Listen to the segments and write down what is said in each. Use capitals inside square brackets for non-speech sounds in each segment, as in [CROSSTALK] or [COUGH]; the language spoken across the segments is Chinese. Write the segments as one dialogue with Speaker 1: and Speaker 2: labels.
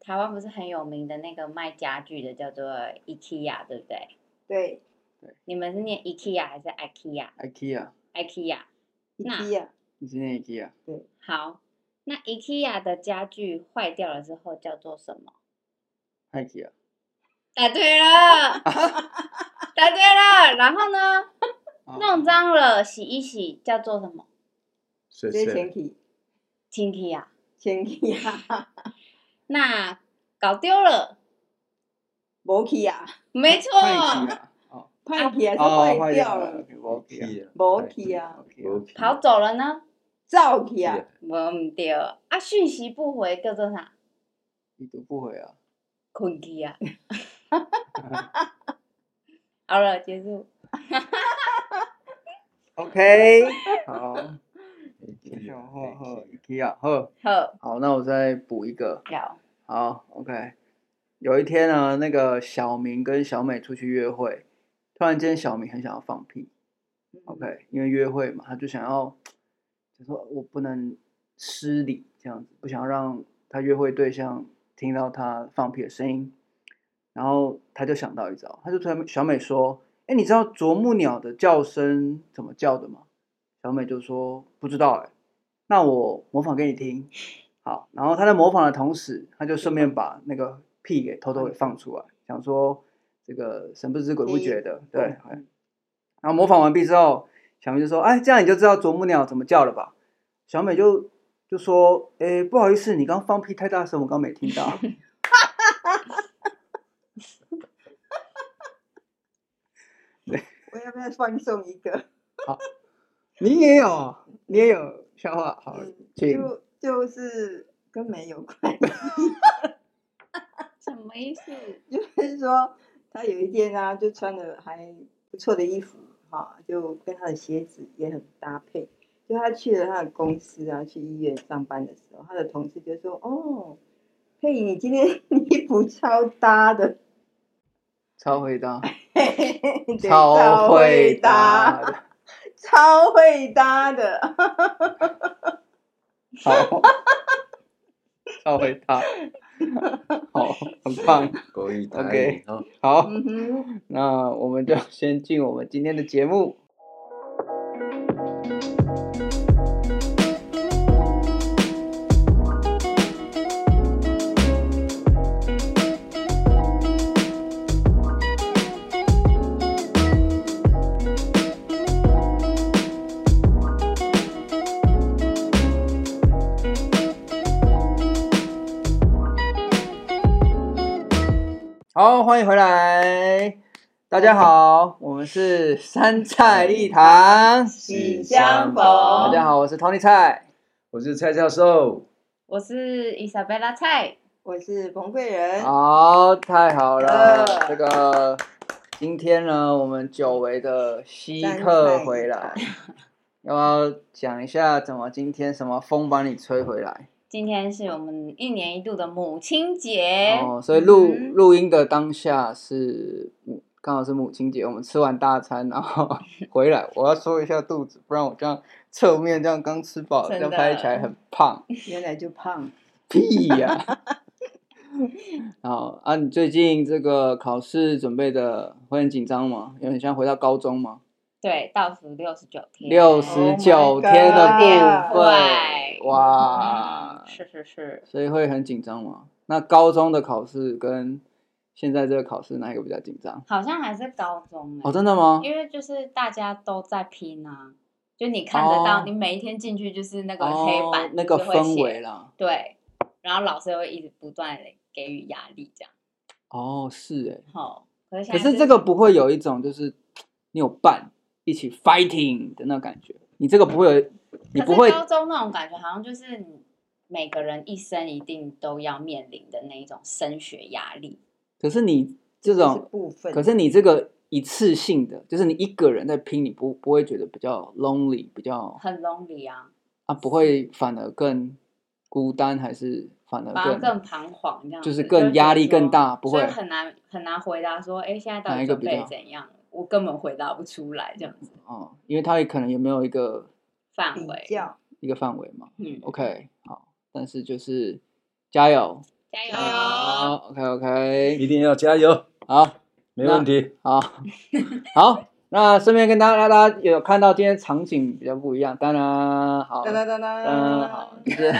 Speaker 1: 台湾不是很有名的那个卖家具的叫做 IKEA，对不对？
Speaker 2: 对
Speaker 1: 你们是念 IKEA 还是 IKEA？IKEA
Speaker 3: IKEA，
Speaker 1: 那
Speaker 2: ，IKEA
Speaker 3: 你是念 IKEA，
Speaker 1: 好，那 IKEA 的家具坏掉了之后叫做什么？
Speaker 3: ，IKEA，
Speaker 1: 答对了，答对了。然后呢，
Speaker 3: 啊
Speaker 1: 弄脏了洗一洗叫做什么
Speaker 4: 谢
Speaker 2: 就是
Speaker 4: 谢
Speaker 2: 前。提
Speaker 1: 清 i k
Speaker 2: 前提啊， [LAUGHS]
Speaker 1: 那搞丢了，
Speaker 2: 无去啊，
Speaker 1: 没错，
Speaker 3: IKEA，哦，
Speaker 2: 坏去啊，是
Speaker 3: 哦，
Speaker 2: 坏掉了，
Speaker 3: ，OK，我 OK，
Speaker 2: 无去啊，
Speaker 3: OK，
Speaker 1: 跑走了呢，
Speaker 2: 走去啊，
Speaker 1: 我唔对啊，讯息不回叫做啥？
Speaker 3: 已读不回啊，
Speaker 1: 困机
Speaker 3: [LAUGHS]
Speaker 1: 啊。好了，结束。
Speaker 3: OK，好，然后好
Speaker 4: 好，
Speaker 3: ，IKEA，好，
Speaker 1: 好，
Speaker 3: 好，那我再补一个，
Speaker 1: 聊
Speaker 3: 好，OK。有一天呢，那个小明跟小美出去约会，突然间小明很想要放屁，OK，因为约会嘛，他就想要，就说我不能失礼这样子，不想让他约会对象听到他放屁的声音。然后他就想到一招，他就突然小美说：“哎，你知道啄木鸟的叫声怎么叫的吗？”小美就说：“不知道哎、那我模仿给你听。”好，然后他在模仿的同时，他就顺便把那个屁给偷偷给放出来，想说这个神不知鬼不觉的，对。哎然后模仿完毕之后，小明就说：“哎，这样你就知道啄木鸟怎么叫了吧？”小美就就说：“哎，不好意思，你刚放屁太大声，我刚没听到。
Speaker 2: 我要不要放送一个？”
Speaker 3: 你也有，你也有笑话，好
Speaker 2: 嗯，
Speaker 3: 请
Speaker 2: 就就是跟没有关 [LAUGHS] 系，
Speaker 1: 什么意思？
Speaker 2: 就是说他有一天啊，就穿的还不错的衣服哈、就跟他的鞋子也很搭配。就他去了他的公司啊，去医院上班的时候，他的同事就说：“哦，佩仪，你今天 [LAUGHS] 衣服超搭的。
Speaker 3: 超回答，
Speaker 2: 嘿嘿嘿” [LAUGHS] 对
Speaker 3: 会
Speaker 2: [LAUGHS] 搭，
Speaker 3: 答，
Speaker 2: 超会搭的。
Speaker 3: 好，超回答，
Speaker 2: [LAUGHS]
Speaker 3: 好，很棒，
Speaker 4: 国语台
Speaker 3: OK
Speaker 4: 语哦
Speaker 3: 好，
Speaker 2: 嗯哼，
Speaker 3: 那我们就先进我们今天的节目。好，欢迎回来，大家好，我们是三菜一
Speaker 2: 嗯
Speaker 3: 堂。
Speaker 2: 喜相逢
Speaker 3: 大家好，我是 Tony 蔡。
Speaker 4: 我是蔡教授。
Speaker 1: 我是伊莎贝拉菜，
Speaker 2: 我是彭贵人。
Speaker 3: 好，太好了
Speaker 2: 呃，
Speaker 3: 这个今天呢，我们久违的稀
Speaker 2: 三
Speaker 3: 客
Speaker 2: 菜一
Speaker 3: 回来，要不要讲一下怎么今天什么风把你吹回来？
Speaker 1: 今天是我们一年一度的母亲节。
Speaker 3: 哦，所以录
Speaker 1: 嗯
Speaker 3: 录音的当下是母，刚好是母亲节，我们吃完大餐，然后回来，我要缩一下肚子，不然我这样侧面这样刚吃饱，这
Speaker 1: 真
Speaker 3: 样
Speaker 1: 的
Speaker 3: 拍起来很胖，
Speaker 2: 原来就胖，
Speaker 3: 屁呀、好啊，你最近这个考试准备的会很紧张吗？有点像回到高中吗？
Speaker 1: 对，倒数六十九天，
Speaker 3: 六十
Speaker 2: Oh
Speaker 3: 九
Speaker 2: my
Speaker 3: 天的
Speaker 2: god
Speaker 3: 部
Speaker 1: 对
Speaker 3: 分，哇
Speaker 1: 嗯，是是是，
Speaker 3: 所以会很紧张吗？那高中的考试跟现在这个考试哪一个比较紧张？
Speaker 1: 好像还是高中欸
Speaker 3: 哦，真的吗？
Speaker 1: 因为就是大家都在拼啊，就你看得到，
Speaker 3: 哦
Speaker 1: 你每一天进去就是那个黑板、
Speaker 3: 哦、那个氛围
Speaker 1: 了，
Speaker 3: 啦。
Speaker 1: 对，然后老师也会一直不断的给予压力这样，
Speaker 3: 哦，是哎、
Speaker 1: 好，可是
Speaker 3: 可
Speaker 1: 现在
Speaker 3: 是这个不会有一种就是你有伴一起 fighting 的那感觉，你这个不会有，你
Speaker 1: 可
Speaker 3: 不
Speaker 1: 是
Speaker 3: 会
Speaker 1: 高中那种感觉，好像就是你每个人一生一定都要面临的那一种升学压力，
Speaker 3: 可是你
Speaker 2: 这
Speaker 3: 这
Speaker 2: 是
Speaker 3: 种，
Speaker 2: 部分。
Speaker 3: 可是你这个一次性的，就是你一个人在拼，你不不会觉得比较 lonely，比较
Speaker 1: 很 lonely 啊，
Speaker 3: 啊不会反而更孤单，还是反而
Speaker 1: 反而
Speaker 3: 更
Speaker 1: 更彷徨这样子，
Speaker 3: 就是更压力
Speaker 1: 觉得
Speaker 3: 更大
Speaker 1: 说
Speaker 3: 不会
Speaker 1: 所以很难很难回答说，哎，现在到
Speaker 3: 哪
Speaker 1: 底
Speaker 3: 一个
Speaker 1: 准
Speaker 3: 比
Speaker 1: 备
Speaker 3: 较
Speaker 1: 怎样？我根本回答不出来这样子
Speaker 3: 哦，因为他也可能也没有一个
Speaker 1: 范围
Speaker 2: 比，较
Speaker 3: 一个范围嘛。
Speaker 1: 嗯，
Speaker 3: OK，好，但是就是加油，
Speaker 1: 加油！
Speaker 2: 加油
Speaker 3: 好，OK OK，
Speaker 4: 一定要加油，
Speaker 3: 好
Speaker 4: 没问题。
Speaker 3: 好好，那顺便跟大家，大家有看到今天场景比较不一样，当然好，
Speaker 2: 当当当
Speaker 3: 嗯，
Speaker 2: 当，
Speaker 3: 好，就是，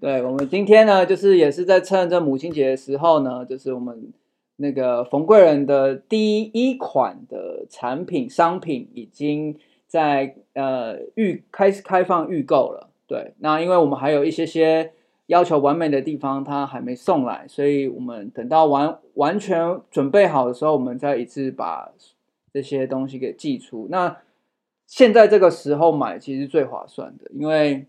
Speaker 3: 对我们今天呢，就是也是在趁这母亲节的时候呢，就是我们那个冯贵人的第一款的产品商品已经在呃预开始开放预购了。对，那因为我们还有一些些要求完美的地方，它还没送来，所以我们等到完完全准备好的时候，我们再一次把这些东西给寄出。那现在这个时候买其实最划算的，因为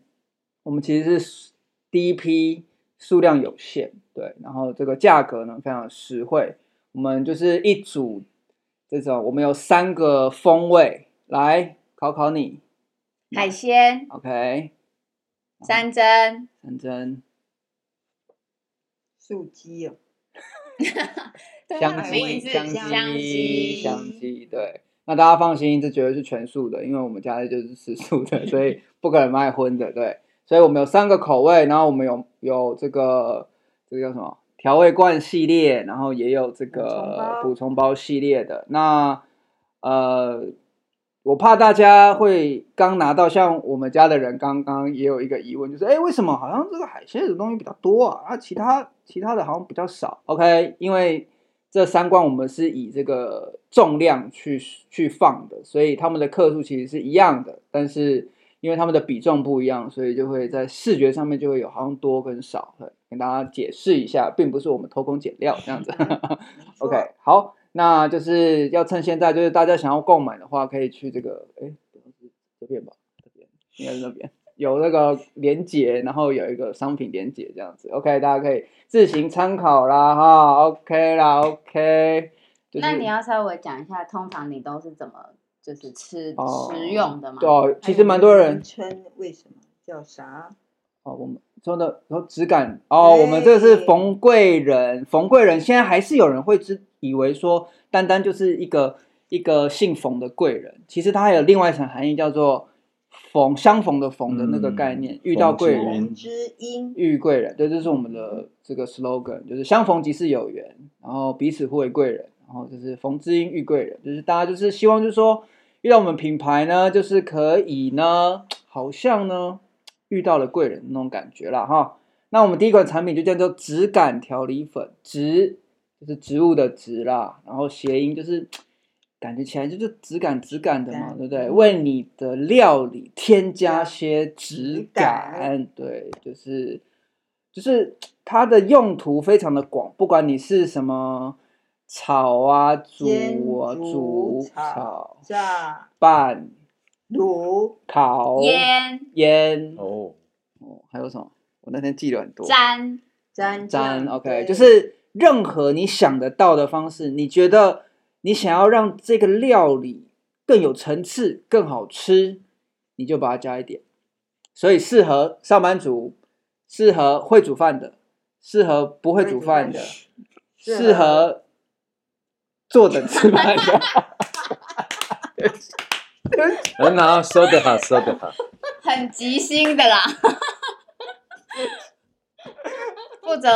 Speaker 3: 我们其实是第一批数量有限，对，然后这个价格呢非常实惠。我们就是一组这种，我们有三个风味来考考你
Speaker 1: 海鲜、
Speaker 3: ，OK？
Speaker 1: 山珍、
Speaker 3: 认真
Speaker 2: 素鸡哦，
Speaker 1: 啊
Speaker 3: 香
Speaker 2: 海
Speaker 3: 鸡，
Speaker 2: 味
Speaker 1: 鸡、
Speaker 2: 是
Speaker 3: 香
Speaker 1: 香
Speaker 3: 鸡，
Speaker 1: 鸡、
Speaker 3: 香鸡，对。那大家放心，这绝对是全素的，因为我们家就是 [LAUGHS] 吃素的，所以不可能卖荤的，对。所以我们有三个口味，然后我们有有这个这个叫什么调味罐系列，然后也有这个补
Speaker 2: 补
Speaker 3: 充包系列的。那呃，我怕大家会刚拿到，像我们家的人刚刚也有一个疑问，就是哎，诶为什么好像这个海鲜的东西比较多啊？啊，其他其他的好像比较少。OK，因为这三罐我们是以这个重量去去放的，所以他们的克数其实是一样的，但是因为他们的比重不一样，所以就会在视觉上面就会有好像多跟少。对跟大家解释一下，并不是我们偷工减料这样子。 [LAUGHS]
Speaker 2: 没错
Speaker 3: OK，好，那就是要趁现在，就是大家想要购买的话，可以去这个，哎，这边吧，这边应该是那边有那个连接，然后有一个商品连接这样子。OK，大家可以自行参考啦哈。OK 啦，OK，就是
Speaker 1: 那你要稍微讲一下，通常你都是怎么就是吃、
Speaker 3: 哦
Speaker 1: 食用的吗？
Speaker 3: 对哦，其
Speaker 2: 还
Speaker 3: 实
Speaker 2: 有
Speaker 3: 蛮
Speaker 2: 那
Speaker 3: 多
Speaker 2: 个
Speaker 3: 人
Speaker 2: 名称为什么叫啥？
Speaker 3: 哦，我们说的然后质感哦，我们这是
Speaker 2: 对
Speaker 3: 冯贵人，冯贵人现在还是有人会知以为说单单就是一个一个姓冯的贵人，其实它还有另外一层含义，叫做逢相逢的逢的那个概念，
Speaker 4: 嗯
Speaker 3: 遇到
Speaker 4: 逢
Speaker 3: 贵
Speaker 4: 知
Speaker 3: 人
Speaker 4: 音
Speaker 2: 红之音，
Speaker 3: 遇贵人，对，这是我们的这个 slogan，就是相逢即是有缘，然后彼此互为贵人，然后就是逢知音遇贵人，就是大家就是希望就是说遇到我们品牌呢，就是可以呢，好像呢遇到了贵人那种感觉啦哈。那我们第一款产品就叫做质感调理粉，植就是植物的植啦，然后谐音就是感觉起来就是质感质感的
Speaker 2: 质
Speaker 3: 嘛，
Speaker 2: 感
Speaker 3: 对不对？为你的料理添加些质
Speaker 2: 感
Speaker 3: 感，对，就是就是它的用途非常的广，不管你是什么炒啊、煮
Speaker 2: 煎
Speaker 3: 啊、
Speaker 2: 煮
Speaker 3: 煮、
Speaker 2: 炒
Speaker 3: 炒、
Speaker 2: 炸
Speaker 3: 拌、
Speaker 2: 卤
Speaker 3: 烤、
Speaker 1: 腌、
Speaker 3: 腌， [LAUGHS]
Speaker 4: 哦，
Speaker 3: 哦，还有什么？我那天记了很多。
Speaker 1: 沾，
Speaker 2: 沾
Speaker 3: 沾
Speaker 2: 酱对
Speaker 3: ，OK，就是任何你想得到的方式，你觉得你想要让这个料理更有层次、更好吃，你就把它加一点。所以适合上班族，适合会煮饭的，适合不会
Speaker 2: 会
Speaker 3: 煮
Speaker 2: 煮
Speaker 3: 饭
Speaker 2: 饭
Speaker 3: 的，
Speaker 2: 适
Speaker 3: 适
Speaker 2: 合
Speaker 3: 合坐等吃 [LAUGHS] 饭的。
Speaker 4: 很好，说得好，说
Speaker 3: [LAUGHS]
Speaker 4: 得好。
Speaker 1: 很即兴的啦。负责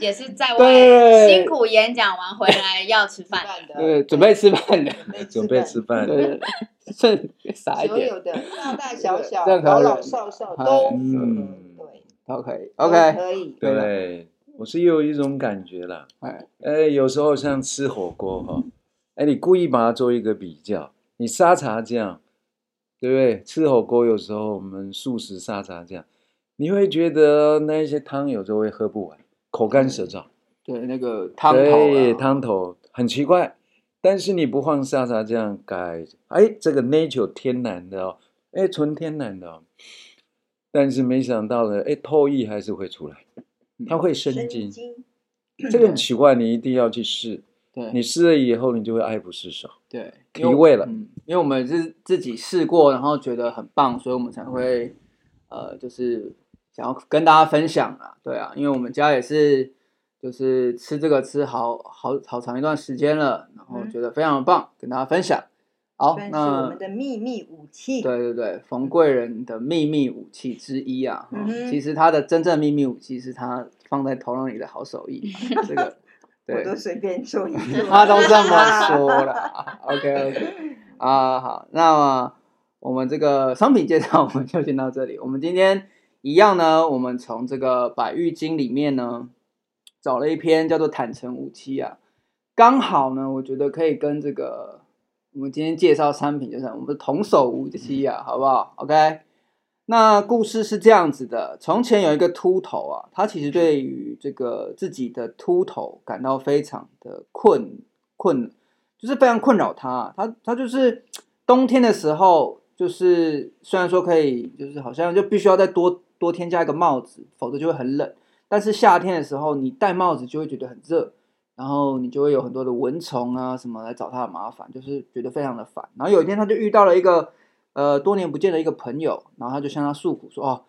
Speaker 1: 也是在外
Speaker 3: 对
Speaker 1: 辛苦演讲完回来要吃
Speaker 2: 吃
Speaker 3: [LAUGHS]
Speaker 1: 饭，
Speaker 2: 饭的，
Speaker 3: 对，准备吃饭的，
Speaker 2: 准备吃
Speaker 4: 准备
Speaker 2: 饭
Speaker 4: 吃饭，
Speaker 3: 对 [LAUGHS] 对对，剩撒一
Speaker 2: 所
Speaker 3: 点
Speaker 2: 有的大大小小、
Speaker 3: 任何
Speaker 2: 老老
Speaker 3: 人
Speaker 2: 少少
Speaker 3: 哎
Speaker 2: 都适合
Speaker 4: 嗯，
Speaker 2: 对
Speaker 3: 都可以。
Speaker 2: 都
Speaker 3: OK，
Speaker 2: 可以。
Speaker 3: 对了
Speaker 4: 对，我是有一种感觉啦。
Speaker 3: 哎，
Speaker 4: 哎，有时候像吃火锅哈、哎，你故意把它做一个比较，你沙茶酱，对不对？吃火锅有时候我们素食沙茶酱，你会觉得那一些汤有时候会喝不完，口干舌燥，
Speaker 3: 对那个汤头啊
Speaker 4: 对，
Speaker 3: 啦，
Speaker 4: 汤头很奇怪。但是你不放沙茶酱，改哎，这个 nature 天然的哦，哎，纯天然的哦。但是没想到呢，哎，唾液还是会出来，
Speaker 3: 嗯
Speaker 4: 它会生
Speaker 2: 生
Speaker 4: 津，
Speaker 2: 津
Speaker 4: 这个很奇怪，你一定要去试。
Speaker 3: 对，
Speaker 4: 你试了以后，你就会爱不释手。
Speaker 3: 对，
Speaker 4: 疲
Speaker 3: 因
Speaker 4: 味了
Speaker 3: 嗯，因为我们是自己试过，然后觉得很棒，所以我们才会呃，就是想要跟大家分享啦。对啊，因为我们家也是就是吃这个吃好好好长一段时间了，然后
Speaker 2: 嗯
Speaker 3: 觉得非常棒，跟大家分享。好，
Speaker 2: 算是我
Speaker 3: 那
Speaker 2: 们的秘密武器。
Speaker 3: 对对对，冯贵人的秘密武器之一啊，哈
Speaker 2: 嗯哼
Speaker 3: 其实他的真正秘密武器是他放在头脑里的好
Speaker 2: [LAUGHS]
Speaker 3: 手艺，这个
Speaker 2: 我
Speaker 3: 对，
Speaker 2: 都随便
Speaker 3: [LAUGHS]
Speaker 2: 做一做。
Speaker 3: 他都
Speaker 2: [LAUGHS]
Speaker 3: 这么说了。OK OK 啊，好，那么我们这个商品介绍我们就先到这里。我们今天一样呢，我们从这个《百玉经》里面呢找了一篇叫做《坦诚无期》啊，刚好呢，我觉得可以跟这个我们今天介绍商品，就是我们的童叟无欺啊，好不好？OK。那故事是这样子的：从前有一个秃头啊，他其实对于这个自己的秃头感到非常的困困，就是非常困扰他啊、他他就是冬天的时候，就是虽然说可以，就是好像就必须要再多多添加一个帽子，否则就会很冷。但是夏天的时候，你戴帽子就会觉得很热，然后你就会有很多的蚊虫啊什么来找他的麻烦，就是觉得非常的烦。然后有一天他就遇到了一个呃多年不见的一个朋友，然后他就向他诉苦说：“哦，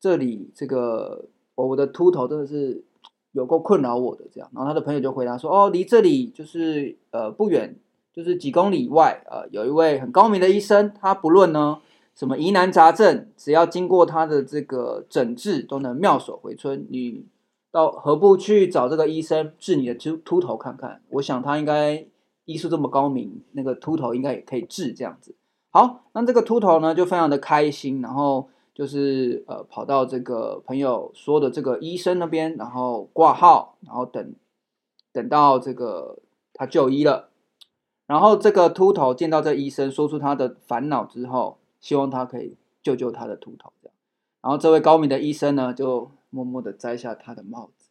Speaker 3: 这里这个哦我我的秃头真的是有够困扰我的这样。”然后他的朋友就回答说：“哦，离这里就是呃不远，就是几公里以外，呃有一位很高明的医生，他不论呢什么疑难杂症，只要经过他的这个诊治，都能妙手回春。你到何不去找这个医生治你的秃秃头看看？我想他应该医术这么高明，那个秃头应该也可以治这样子。好，那这个秃头呢就非常的开心，然后就是呃跑到这个朋友说的这个医生那边，然后挂号，然后等等到这个他就医了。然后这个秃头见到这医生，说出他的烦恼之后，希望他可以救救他的秃头这样。然后这位高明的医生呢，就默默的摘下他的帽子。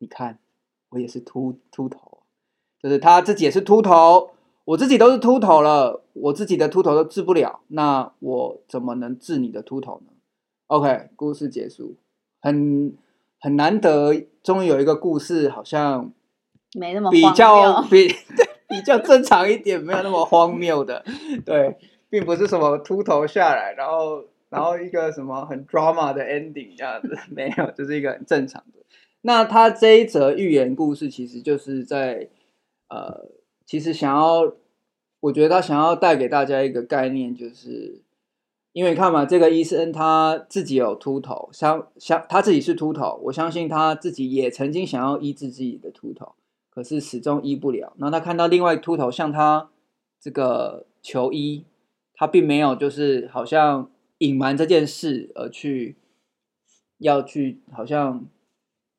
Speaker 3: 你看，我也是秃秃头，啊就是他自己也是秃头，我自己都是秃头了，我自己的秃头都治不了，那我怎么能治你的秃头呢？OK，故事结束，很很难得，终于有一个故事，好像
Speaker 1: 没那么
Speaker 3: 比
Speaker 1: 荒
Speaker 3: 较
Speaker 1: 谬
Speaker 3: [LAUGHS] 比比较正常一点，没有那么荒谬的，对，并不是什么秃头下来，然后然后一个什么很 drama 的 ending 这样子， [LAUGHS] 没有，就是一个很正常的。那他这一则寓言故事，其实就是在呃，其实想要，我觉得他想要带给大家一个概念，就是因为你看嘛，这个医生他自己有秃头，相相他自己是秃头，我相信他自己也曾经想要医治自己的秃头，可是始终医不了。然后他看到另外秃头向他这个求医，他并没有就是好像隐瞒这件事而去要去好像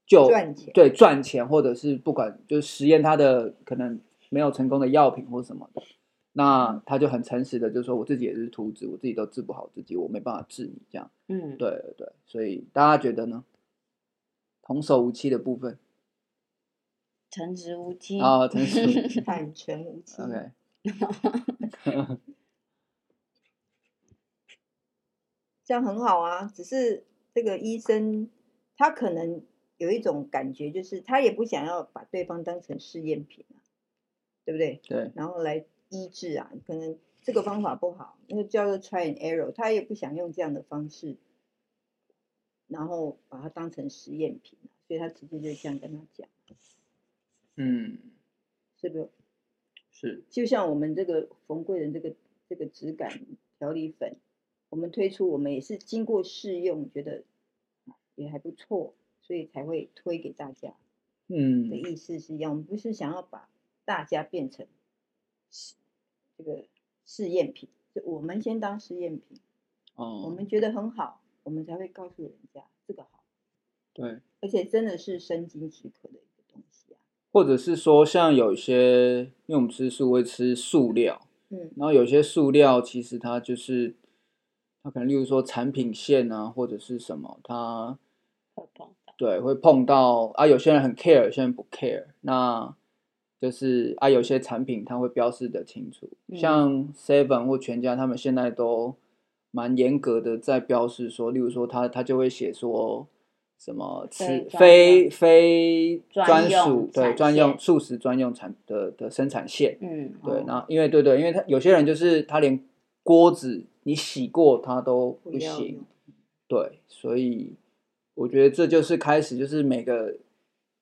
Speaker 3: 就
Speaker 2: 赚钱
Speaker 3: 对赚钱，或者是不管就是实验他的可能没有成功的药品或什么的。那他就很诚实的就说，我自己也是秃子，我自己都治不好自己，我没办法治你这样。
Speaker 1: 嗯，
Speaker 3: 对对对，所以大家觉得呢？童叟无欺的部分
Speaker 1: 诚实无
Speaker 2: 嗯
Speaker 1: 欺。
Speaker 3: 啊，诚实无
Speaker 2: [LAUGHS]
Speaker 3: 欺。
Speaker 2: 坦诚无欺。
Speaker 3: OK，
Speaker 2: 这样很好啊。只是这个医生他可能有一种感觉，就是他也不想要把对方当成试验品啊，对不对？
Speaker 3: 对
Speaker 2: 然后来医治啊，可能这个方法不好，那个叫做 try and error，他也不想用这样的方式，然后把它当成实验品啊，所以他直接就这样跟他讲，
Speaker 3: 嗯，
Speaker 2: 是不是？
Speaker 3: 是
Speaker 2: 就像我们这个冯贵人这个这个质感调理粉，我们推出，我们也是经过试用，觉得也还不错，所以才会推给大家。的
Speaker 3: 嗯，
Speaker 2: 意思是一样，我们不是想要把大家变成试这个试验品，就我们先当试验品，我
Speaker 3: 哦，
Speaker 2: 们觉得很好，我们才会告诉人家这个好，
Speaker 3: 对，
Speaker 2: 而且真的是生津止渴的一个东西啊。
Speaker 3: 或者是说像有一些，因为我们吃素会吃素料，
Speaker 2: 嗯，
Speaker 3: 然后有些塑料其实它就是，它可能例如说产品线啊，或者是什么，它
Speaker 1: 会碰到
Speaker 3: 对会碰到啊，有些人很 care，有些人不 care，那就是啊，有些产品它会标示的清楚，
Speaker 1: 嗯
Speaker 3: 像 Seven 或全家他们现在都蛮严格的在标示说，例如说它它就会写说。什么吃
Speaker 1: 非专
Speaker 3: 非
Speaker 1: 用
Speaker 3: 非
Speaker 1: 专
Speaker 3: 专
Speaker 1: 用
Speaker 3: 属对
Speaker 1: 产
Speaker 3: 专用
Speaker 1: 线
Speaker 3: 素食专用产的的生产线，
Speaker 1: 嗯，
Speaker 3: 对
Speaker 2: 哦，
Speaker 3: 那因为对对，因为他有些人就是他连锅子你洗过他都
Speaker 2: 不
Speaker 3: 不
Speaker 2: 要
Speaker 3: 行
Speaker 2: 用，
Speaker 3: 对，所以我觉得这就是开始，就是每个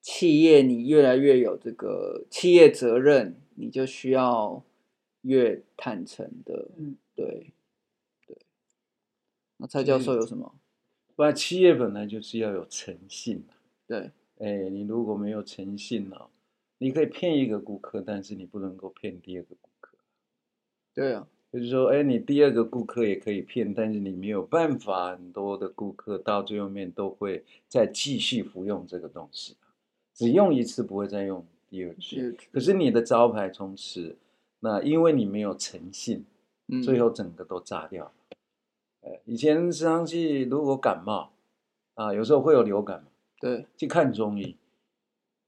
Speaker 3: 企业你越来越有这个企业责任，你就需要越坦诚的，
Speaker 2: 嗯，
Speaker 3: 对对。那蔡教授
Speaker 4: 嗯
Speaker 3: 有什么？
Speaker 4: 不然企业本来就是要有诚信嘛，
Speaker 3: 对，
Speaker 4: 哎，你如果没有诚信哦，你可以骗一个顾客，但是你不能够骗第二个顾客。
Speaker 3: 对啊，
Speaker 4: 就是说，哎，你第二个顾客也可以骗，但是你没有办法，很多的顾客到最后面都会再继续服用这个东西，啊只用一次不会再用第二次。
Speaker 3: 是，
Speaker 4: 可是你的招牌从此，那因为你没有诚信，
Speaker 3: 嗯，
Speaker 4: 最后整个都炸掉了。呃，以前时常去如果感冒啊，有时候会有流感嘛，
Speaker 3: 对，
Speaker 4: 去看中医，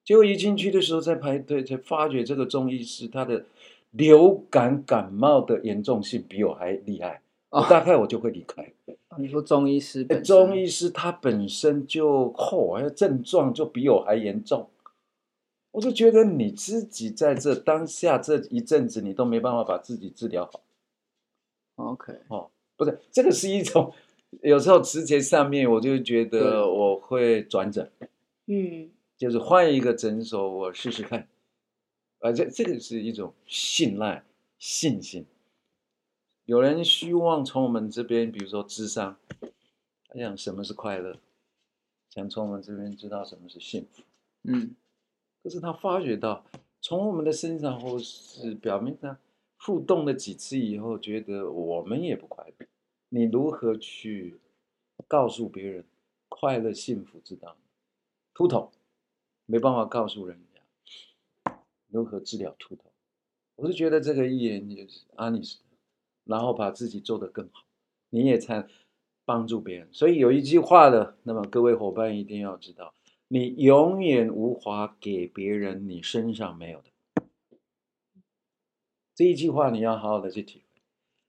Speaker 4: 结果一进去的时候在排队，才发觉这个中医师他的流感感冒的严重性比我还厉害，我
Speaker 3: 哦
Speaker 4: 大概我就会
Speaker 3: [LAUGHS]
Speaker 4: 离开。
Speaker 3: 啊你说中医师
Speaker 4: 哎
Speaker 3: 本身，
Speaker 4: 中医师他本身就后，还、哦、症状就比我还严重，我就觉得你自己在这当下这一阵子，你都没办法把自己治疗好。
Speaker 3: ，OK，
Speaker 4: 不是，这个是一种，有时候直觉上面我就觉
Speaker 3: 对
Speaker 4: 得我会转诊，
Speaker 1: 嗯，
Speaker 4: 就是换一个诊所我试试看，啊，这这个是一种信赖、信心。有人希望从我们这边，比如说智商，他想什么是快乐，想从我们这边知道什么是幸福，
Speaker 3: 嗯，
Speaker 4: 可是他发觉到，从我们的身上或是表面上互动了几次以后，觉得我们也不快乐。你如何去告诉别人快乐、幸福之道？秃头没办法告诉人家如何治疗秃头。我是觉得这个一言就是阿尼斯，然后把自己做得更好，你也才帮助别人。所以有一句话的，那么各位伙伴一定要知道。你永远无法给别人你身上没有的。这一句话你要好好的去体会，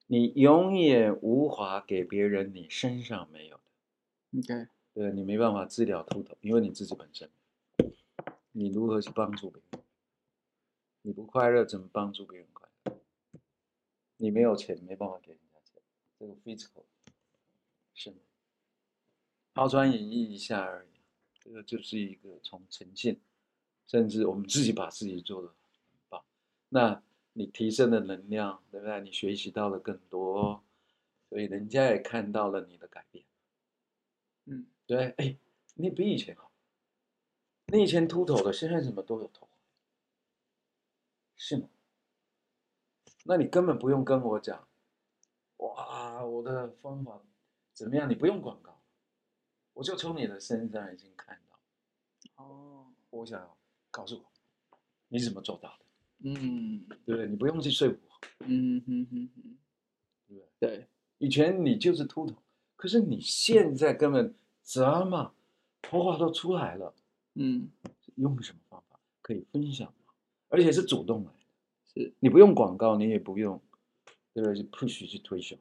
Speaker 4: 你永远无法给别人你身上没有的，
Speaker 3: OK，
Speaker 4: 对你没办法治疗秃头，因为你自己本身，你如何去帮助别人？你不快乐怎么帮助别人快乐？你没有钱没办法给人家钱，这个 physical 是吗抛砖引玉一下而已。啊这个就是一个从呈现，甚至我们自己把自己做的很棒。那你提升的能量，对不对？你学习到了更多，所以人家也看到了你的改变。
Speaker 3: 嗯，
Speaker 4: 对，哎，你比以前好，你以前秃头的，现在怎么都有头发？是吗？那你根本不用跟我讲，哇，我的方法怎么样？你不用广告，我就从你的身上已经看到。
Speaker 3: 哦，
Speaker 4: 我想告诉我，你怎么做到的，
Speaker 3: 嗯，
Speaker 4: 对不对？你不用去说服我，
Speaker 3: 嗯哼哼哼，
Speaker 4: 对不对？
Speaker 3: 对，
Speaker 4: 以前你就是秃头，可是你现在根本怎么头发都出来了，
Speaker 3: 嗯，
Speaker 4: 用什么方法可以分享吗？而且是主动来的，
Speaker 3: 是，
Speaker 4: 你不用广告，你也不用，对不对？去 push 去推销，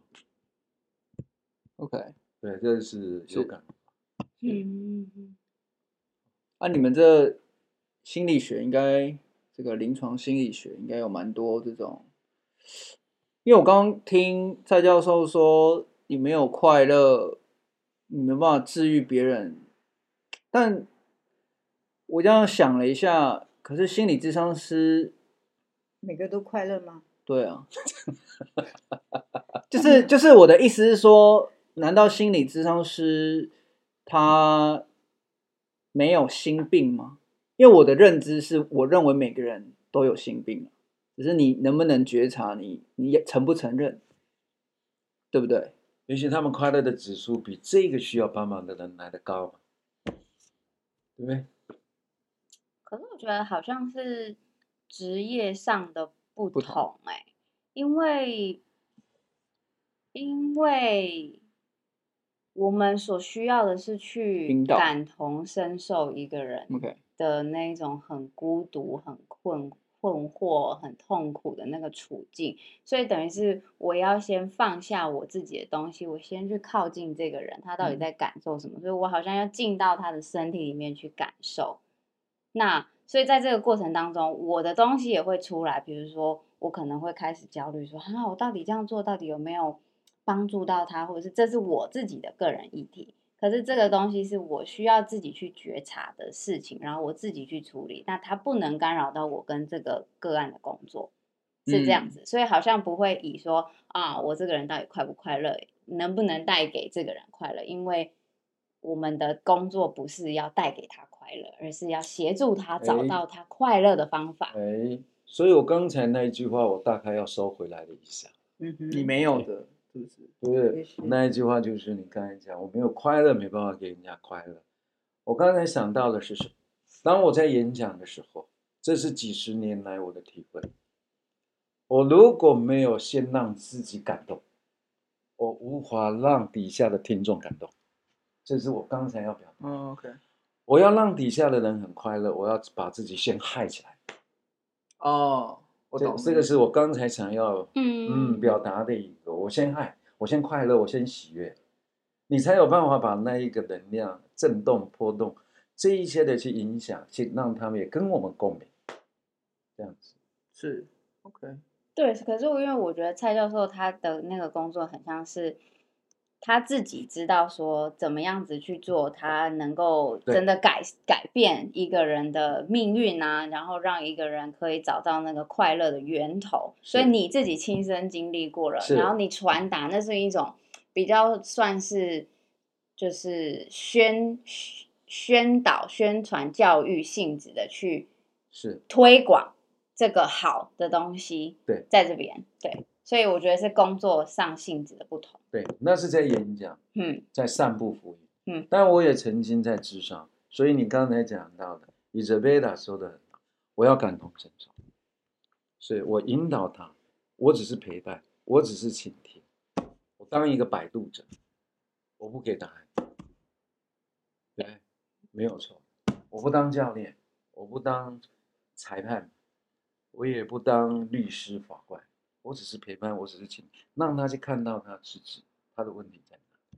Speaker 3: OK，
Speaker 4: 对，这是有
Speaker 3: 是
Speaker 4: 感。
Speaker 1: 嗯嗯
Speaker 3: 啊，你们这心理学应该这个临床心理学应该有蛮多这种，因为我刚刚听蔡教授说，你没有快乐，你没办法治愈别人，但我这样想了一下，可是心理智商师，
Speaker 2: 每个都快乐吗？
Speaker 3: 对
Speaker 4: [LAUGHS]
Speaker 3: 啊，就是就是我的意思是说，难道心理智商师他没有心病吗？因为我的认知是，我认为每个人都有心病，啊只是你能不能觉察你，你也承不承认，对不对？
Speaker 4: 也许他们快乐的指数比这个需要帮忙的人来的高嘛，对不对？
Speaker 1: 可是我觉得好像是职业上的不
Speaker 3: 不同
Speaker 1: 同哎、因为因为我们所需要的是去
Speaker 3: 引导
Speaker 1: 感同身受一个人
Speaker 3: OK，
Speaker 1: 的那种很孤独、很困困惑、很痛苦的那个处境，所以等于是我要先放下我自己的东西，我先去靠近这个人，他到底
Speaker 3: 嗯
Speaker 1: 在感受什么，所以我好像要进到他的身体里面去感受。那所以在这个过程当中，我的东西也会出来，比如说我可能会开始焦虑说，啊，我到底这样做到底有没有帮助到他，或者是这是我自己的个人议题。可是这个东西是我需要自己去觉察的事情，然后我自己去处理，那它不能干扰到我跟这个个案的工作，是这样
Speaker 3: 嗯
Speaker 1: 子。所以好像不会以说啊，我这个人到底快不快乐，能不能带给这个人快乐，因为我们的工作不是要带给他快乐。快乐，而是要协助他找
Speaker 4: 哎
Speaker 1: 到他快乐的方法。
Speaker 4: 哎，所以我刚才那一句话，我大概要收回来了一下。
Speaker 2: 嗯哼，
Speaker 3: 你没有的，是不是？
Speaker 4: 不
Speaker 2: 也
Speaker 4: 是
Speaker 2: 是
Speaker 4: 那一句话，就是你刚才讲，我没有快乐，没办法给人家快乐。我刚才想到的是什么？当我在演讲的时候，这是几十年来我的体会。我如果没有先让自己感动，我无法让底下的听众感动。这是我刚才要表达。
Speaker 3: 嗯，OK。
Speaker 4: 我要让底下的人很快乐，我要把自己先害起来。
Speaker 3: 哦，我
Speaker 4: 这
Speaker 3: 懂。
Speaker 4: 这个是我刚才想要嗯，
Speaker 1: 嗯，
Speaker 4: 表达的一个，我先爱，我先快乐，我先喜悦，你才有办法把那一个能量震动、波动这一些的去影响，去让他们也跟我们共鸣，这样子。
Speaker 3: 是 OK。
Speaker 1: 对。可是我因为我觉得蔡教授他的那个工作很像是他自己知道说怎么样子去做，他能够
Speaker 4: 对
Speaker 1: 真的改改变一个人的命运啊，然后让一个人可以找到那个快乐的源头。所以
Speaker 4: 是
Speaker 1: 你自己亲身经历过了，
Speaker 4: 是
Speaker 1: 然后你传达那是一种比较算是就是宣宣导、宣传、教育性质的去。
Speaker 4: 是
Speaker 1: 推广这个好的东西，
Speaker 4: 对，
Speaker 1: 在这边，对，所以我觉得是工作上性质的不同，
Speaker 4: 对，那是在演讲，
Speaker 1: 嗯
Speaker 4: 在散布福音。
Speaker 1: 嗯，
Speaker 4: 但我也曾经在智商，所以你刚才讲到的伊 s 贝 b 说的很好，我要感同身受，是我引导他，我只是陪伴，我只是倾听，我当一个摆渡者，我不给答案，对，没有错，我不当教练，我不当裁判，我也不当律师法官，我只是陪伴，我只是倾听，让他去看到他自己，他的问题在哪。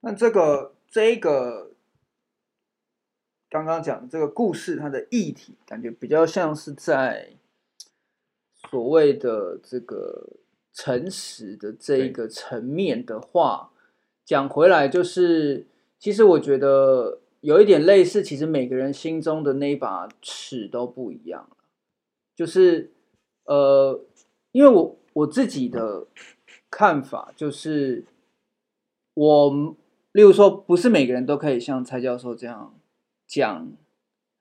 Speaker 3: 那这个这个刚刚讲的这个故事，它的议题感觉比较像是在所谓的这个诚实的这一
Speaker 4: 对
Speaker 3: 个层面的话，讲回来就是，其实我觉得有一点类似，其实每个人心中的那一把尺都不一样了就是呃，因为我我自己的看法就是，我例如说，不是每个人都可以像蔡教授这样讲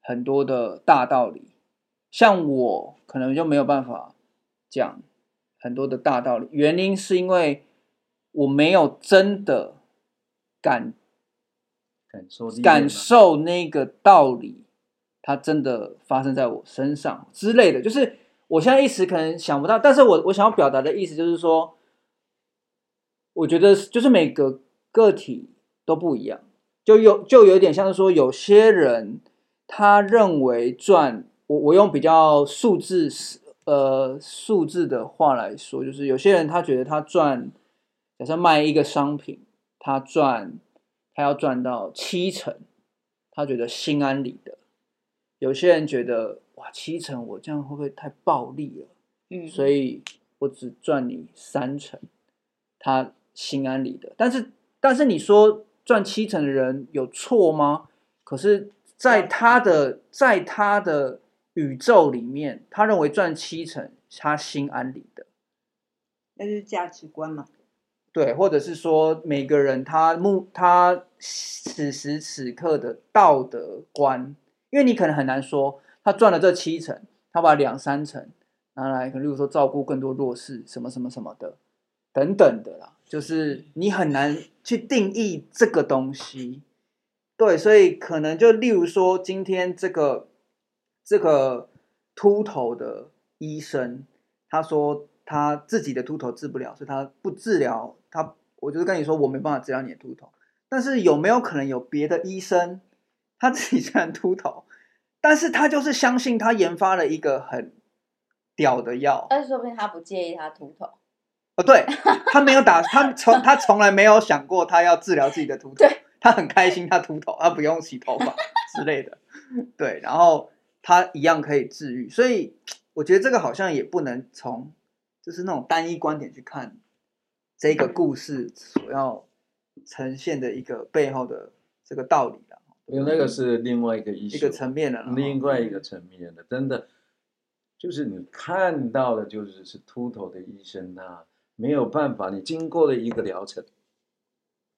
Speaker 3: 很多的大道理，像我可能就没有办法讲很多的大道理，原因是因为我没有真的感
Speaker 4: 感受力量啊
Speaker 3: 感受那个道理，它真的发生在我身上之类的。就是我现在一时可能想不到，但是我我想要表达的意思就是说，我觉得就是每个个体都不一样，就有就有点像是说，有些人他认为赚我我用比较数字呃数字的话来说，就是有些人他觉得他赚，假设卖一个商品，他赚他要赚到七成，他觉得心安理得。有些人觉得哇七成我这样会不会太暴利了？
Speaker 1: 嗯，
Speaker 3: 所以我只赚你三成，他心安理得。但是，但是你说赚七成的人有错吗？可是，在他的在他的宇宙里面，他认为赚七成他心安理得。
Speaker 2: 那就是价值观嘛。
Speaker 3: 对，或者是说每个人他目他此时此刻的道德观，因为你可能很难说他赚了这七成，他把两三成拿来，可能例如说照顾更多弱势什么什么什么的等等的啦，就是你很难去定义这个东西。对，所以可能就例如说今天这个这个秃头的医生，他说他自己的秃头治不了，所以他不治疗。他我就是跟你说，我没办法治疗你的秃头。但是有没有可能有别的医生，他自己虽然秃头，但是他就是相信他研发了一个很屌的药。
Speaker 1: 但是说不定他不介意他秃头，
Speaker 3: 哦，对他没有打，他从他从来没有想过他要治疗自己的秃头
Speaker 1: 对，
Speaker 3: 他很开心他秃头，他不用洗头发之类的，对，然后他一样可以治愈，所以我觉得这个好像也不能从就是那种单一观点去看这个故事所要呈现的一个背后的这个道理了，
Speaker 4: 因为那个是另外一个
Speaker 3: 一
Speaker 4: issue，
Speaker 3: 个层面了啊啦，
Speaker 4: 另外一个层面的，真的就是你看到的，就是是秃头的医生啊，没有办法，你经过了一个疗程，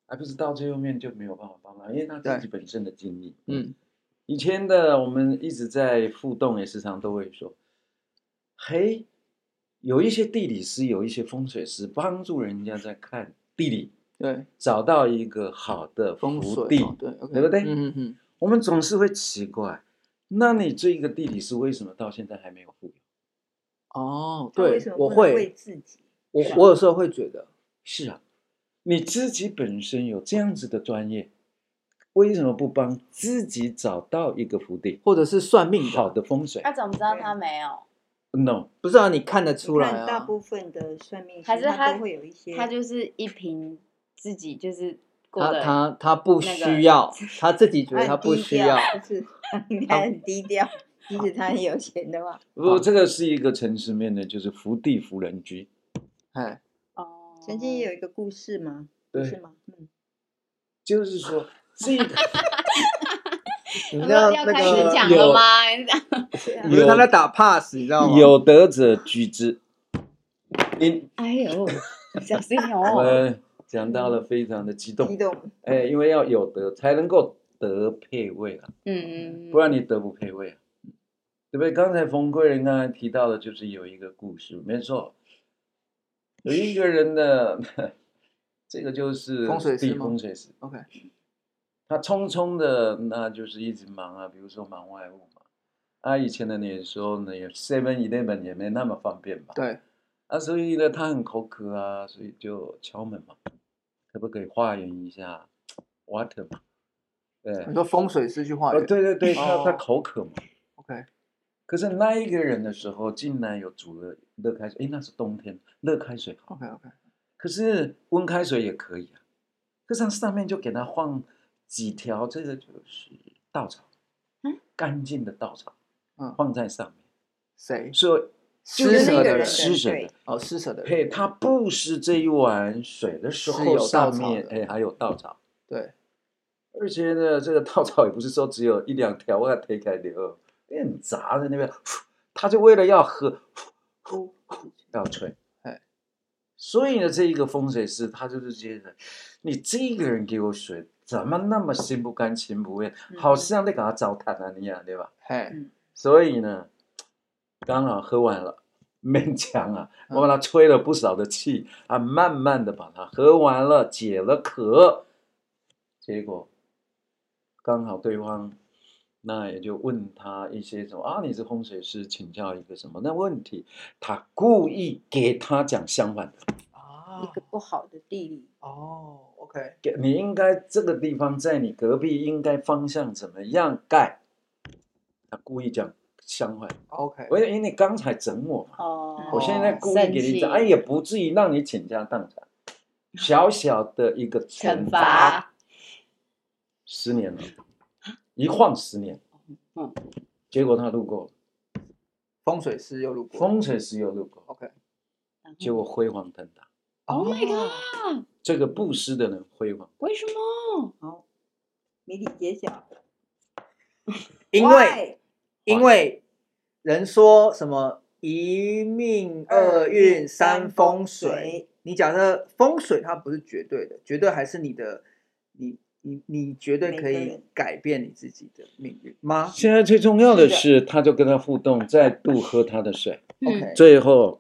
Speaker 4: 而不是到最后面就没有办法帮他，因为他自己本身的经历。
Speaker 3: 嗯，
Speaker 4: 以前的我们一直在互动，也时常都会说，嘿，有一些地理师，有一些风水师帮助人家在看地理，
Speaker 3: 对，
Speaker 4: 找到一个好的
Speaker 3: 风
Speaker 4: 福
Speaker 3: 水
Speaker 4: 地。
Speaker 3: 嘛，对，OK，
Speaker 4: 对不对
Speaker 3: 嗯嗯嗯，
Speaker 4: 我们总是会奇怪，那你这一个地理师为什么到现在还没有富有？
Speaker 3: 哦，
Speaker 2: 他为
Speaker 3: 对
Speaker 2: 什，么
Speaker 3: 我
Speaker 2: 不能为
Speaker 3: 会，
Speaker 2: 自己？
Speaker 3: 我我有时候会觉得，
Speaker 4: 是啊，你自己本身有这样子的专业，为什么不帮自己找到一个福地？
Speaker 3: 或者是算命
Speaker 4: 好
Speaker 3: 的，
Speaker 4: 的风水
Speaker 1: 他怎么知道他没有？
Speaker 4: ？No，
Speaker 3: 不是啊，你看得
Speaker 2: 你
Speaker 3: 出来
Speaker 2: 看大
Speaker 3: 啊，
Speaker 2: 部分的算命师
Speaker 1: 还是
Speaker 2: 他
Speaker 1: 他
Speaker 2: 都会有一些，
Speaker 1: 他就是一瓶自己就是过
Speaker 3: 他
Speaker 1: 得
Speaker 3: 他他不
Speaker 1: 那个
Speaker 3: 需要， [LAUGHS] 他自己
Speaker 2: 他
Speaker 3: 觉得
Speaker 2: 很
Speaker 3: 他不
Speaker 2: 低
Speaker 3: 需
Speaker 2: 调
Speaker 3: 要，
Speaker 2: [LAUGHS]
Speaker 3: [LAUGHS]
Speaker 2: 就是你看很低调，即使他很有钱的
Speaker 1: 哦
Speaker 2: 话，
Speaker 4: 不过这个是一个城市面的，就是福地福人居。
Speaker 3: 哎，
Speaker 1: 哦，
Speaker 2: 曾经也有一个故事嘛，不
Speaker 4: 对
Speaker 2: 是吗？嗯，
Speaker 4: 就是说，这个
Speaker 3: 你
Speaker 1: 我说
Speaker 3: 知道
Speaker 1: 要
Speaker 3: 那
Speaker 1: 开始
Speaker 3: 个
Speaker 1: 讲
Speaker 4: 有
Speaker 1: 了吗？
Speaker 2: 对啊
Speaker 3: 不是他在打 pass，你知道吗？
Speaker 4: 有德者居之。因
Speaker 1: [LAUGHS] 哎呦，小心
Speaker 4: [LAUGHS] 我
Speaker 1: 哦！
Speaker 4: 们讲到了非常的激
Speaker 2: 激
Speaker 4: 动，
Speaker 2: 动，
Speaker 4: 哎，因为要有德才能够德配位啊，
Speaker 1: 嗯，
Speaker 4: 不然你德不配位啊，对不对？刚才冯贵人刚才提到的，就是有一个故事，没错，有一个人的， [LAUGHS] 这个就是
Speaker 3: 风水师
Speaker 4: 地
Speaker 3: 吗
Speaker 4: 风水师，
Speaker 3: OK，
Speaker 4: 他匆匆的，那就是一直忙啊，比如说忙外务嘛。啊，以前的那时候呢，Seven Eleven 也没那么方便嘛。。
Speaker 3: 对，
Speaker 4: 啊，所以呢，他很口渴啊，所以就敲门嘛，可不可以化缘一下 water 嘛？对。
Speaker 3: 你说风水师去化
Speaker 4: 哦，
Speaker 3: 缘，
Speaker 4: 对对对，他他
Speaker 3: 哦
Speaker 4: 口渴嘛。
Speaker 3: ，OK，
Speaker 4: 可是那一个人的时候，竟然有煮了热开水，诶，哎那是冬天，热开水好。
Speaker 3: OK OK，
Speaker 4: 可是温开水也可以啊，可是它上面就给它放几条，这个就是稻草，
Speaker 1: 嗯，
Speaker 4: 干净的稻草
Speaker 3: 嗯，
Speaker 4: 放在上面，
Speaker 3: 谁？
Speaker 4: 所以
Speaker 3: 施
Speaker 4: 就是
Speaker 3: 舍
Speaker 4: 那
Speaker 3: 的
Speaker 4: 个
Speaker 3: 人
Speaker 4: 施舍的
Speaker 2: 对，
Speaker 3: 哦，施舍的人，
Speaker 4: 嘿，他不施这一碗水的
Speaker 3: 是
Speaker 4: 时候，
Speaker 3: 有稻
Speaker 4: 上
Speaker 3: 草
Speaker 4: 面
Speaker 3: 的
Speaker 4: 哎还有稻草，
Speaker 3: 对，
Speaker 4: 而且呢，这个稻草也不是说只有一两条，我要推开流，因为很杂在那边， [SNIFFS] 他就为了要喝， [SNIFFS]
Speaker 2: 呼
Speaker 4: 要吹
Speaker 3: 哎。
Speaker 4: 所以呢，这一个风水师他就是觉得，你这个人给我水，怎么那么心不甘情不愿，好像在给他糟蹋啊你呀、对吧？
Speaker 3: 嘿，
Speaker 4: 所以呢，刚好喝完了，勉强啊，
Speaker 3: 嗯
Speaker 4: 我把他吹了不少的气啊，慢慢的把它喝完了，解了渴，结果刚好对方那也就问他一些什么啊，你是风水师，请教一个什么那问题，他故意给他讲相反的，
Speaker 3: 啊
Speaker 2: 一个不好的地理，
Speaker 3: 哦，OK，
Speaker 4: 给你应该这个地方在你隔壁应该方向怎么样盖，他故意讲相反，
Speaker 3: OK，
Speaker 4: 我因为你刚才整我嘛。
Speaker 1: 哦，
Speaker 4: 我现在故意给你
Speaker 1: 生
Speaker 4: 讲，
Speaker 1: 气
Speaker 4: 哎，也不至于让你倾家荡产，小小的一个
Speaker 1: 惩
Speaker 4: 罚，
Speaker 1: 罚，
Speaker 4: 十年了，一晃十年，
Speaker 1: 嗯，
Speaker 4: 结果他路过，
Speaker 3: 风水师又路过
Speaker 4: 风水师又路过，
Speaker 3: ，OK，
Speaker 4: 结果辉煌腾达，
Speaker 1: Oh my god！
Speaker 3: 哦
Speaker 4: 这个布施的人辉煌，
Speaker 1: 为什么？
Speaker 2: 好，谜底揭晓，
Speaker 3: 因为
Speaker 2: Why？
Speaker 3: 因为人说什么一命二运三风水，，你假设风水它不是绝对的，绝对还是你的，你你你绝对
Speaker 2: 每
Speaker 3: 可
Speaker 2: 个
Speaker 3: 以
Speaker 2: 人
Speaker 3: 改变你自己的命运吗
Speaker 4: 现在最重要的
Speaker 2: 是
Speaker 4: 是，他就跟他互动，再度喝他的水，
Speaker 1: 嗯，
Speaker 3: ？OK，
Speaker 4: 最后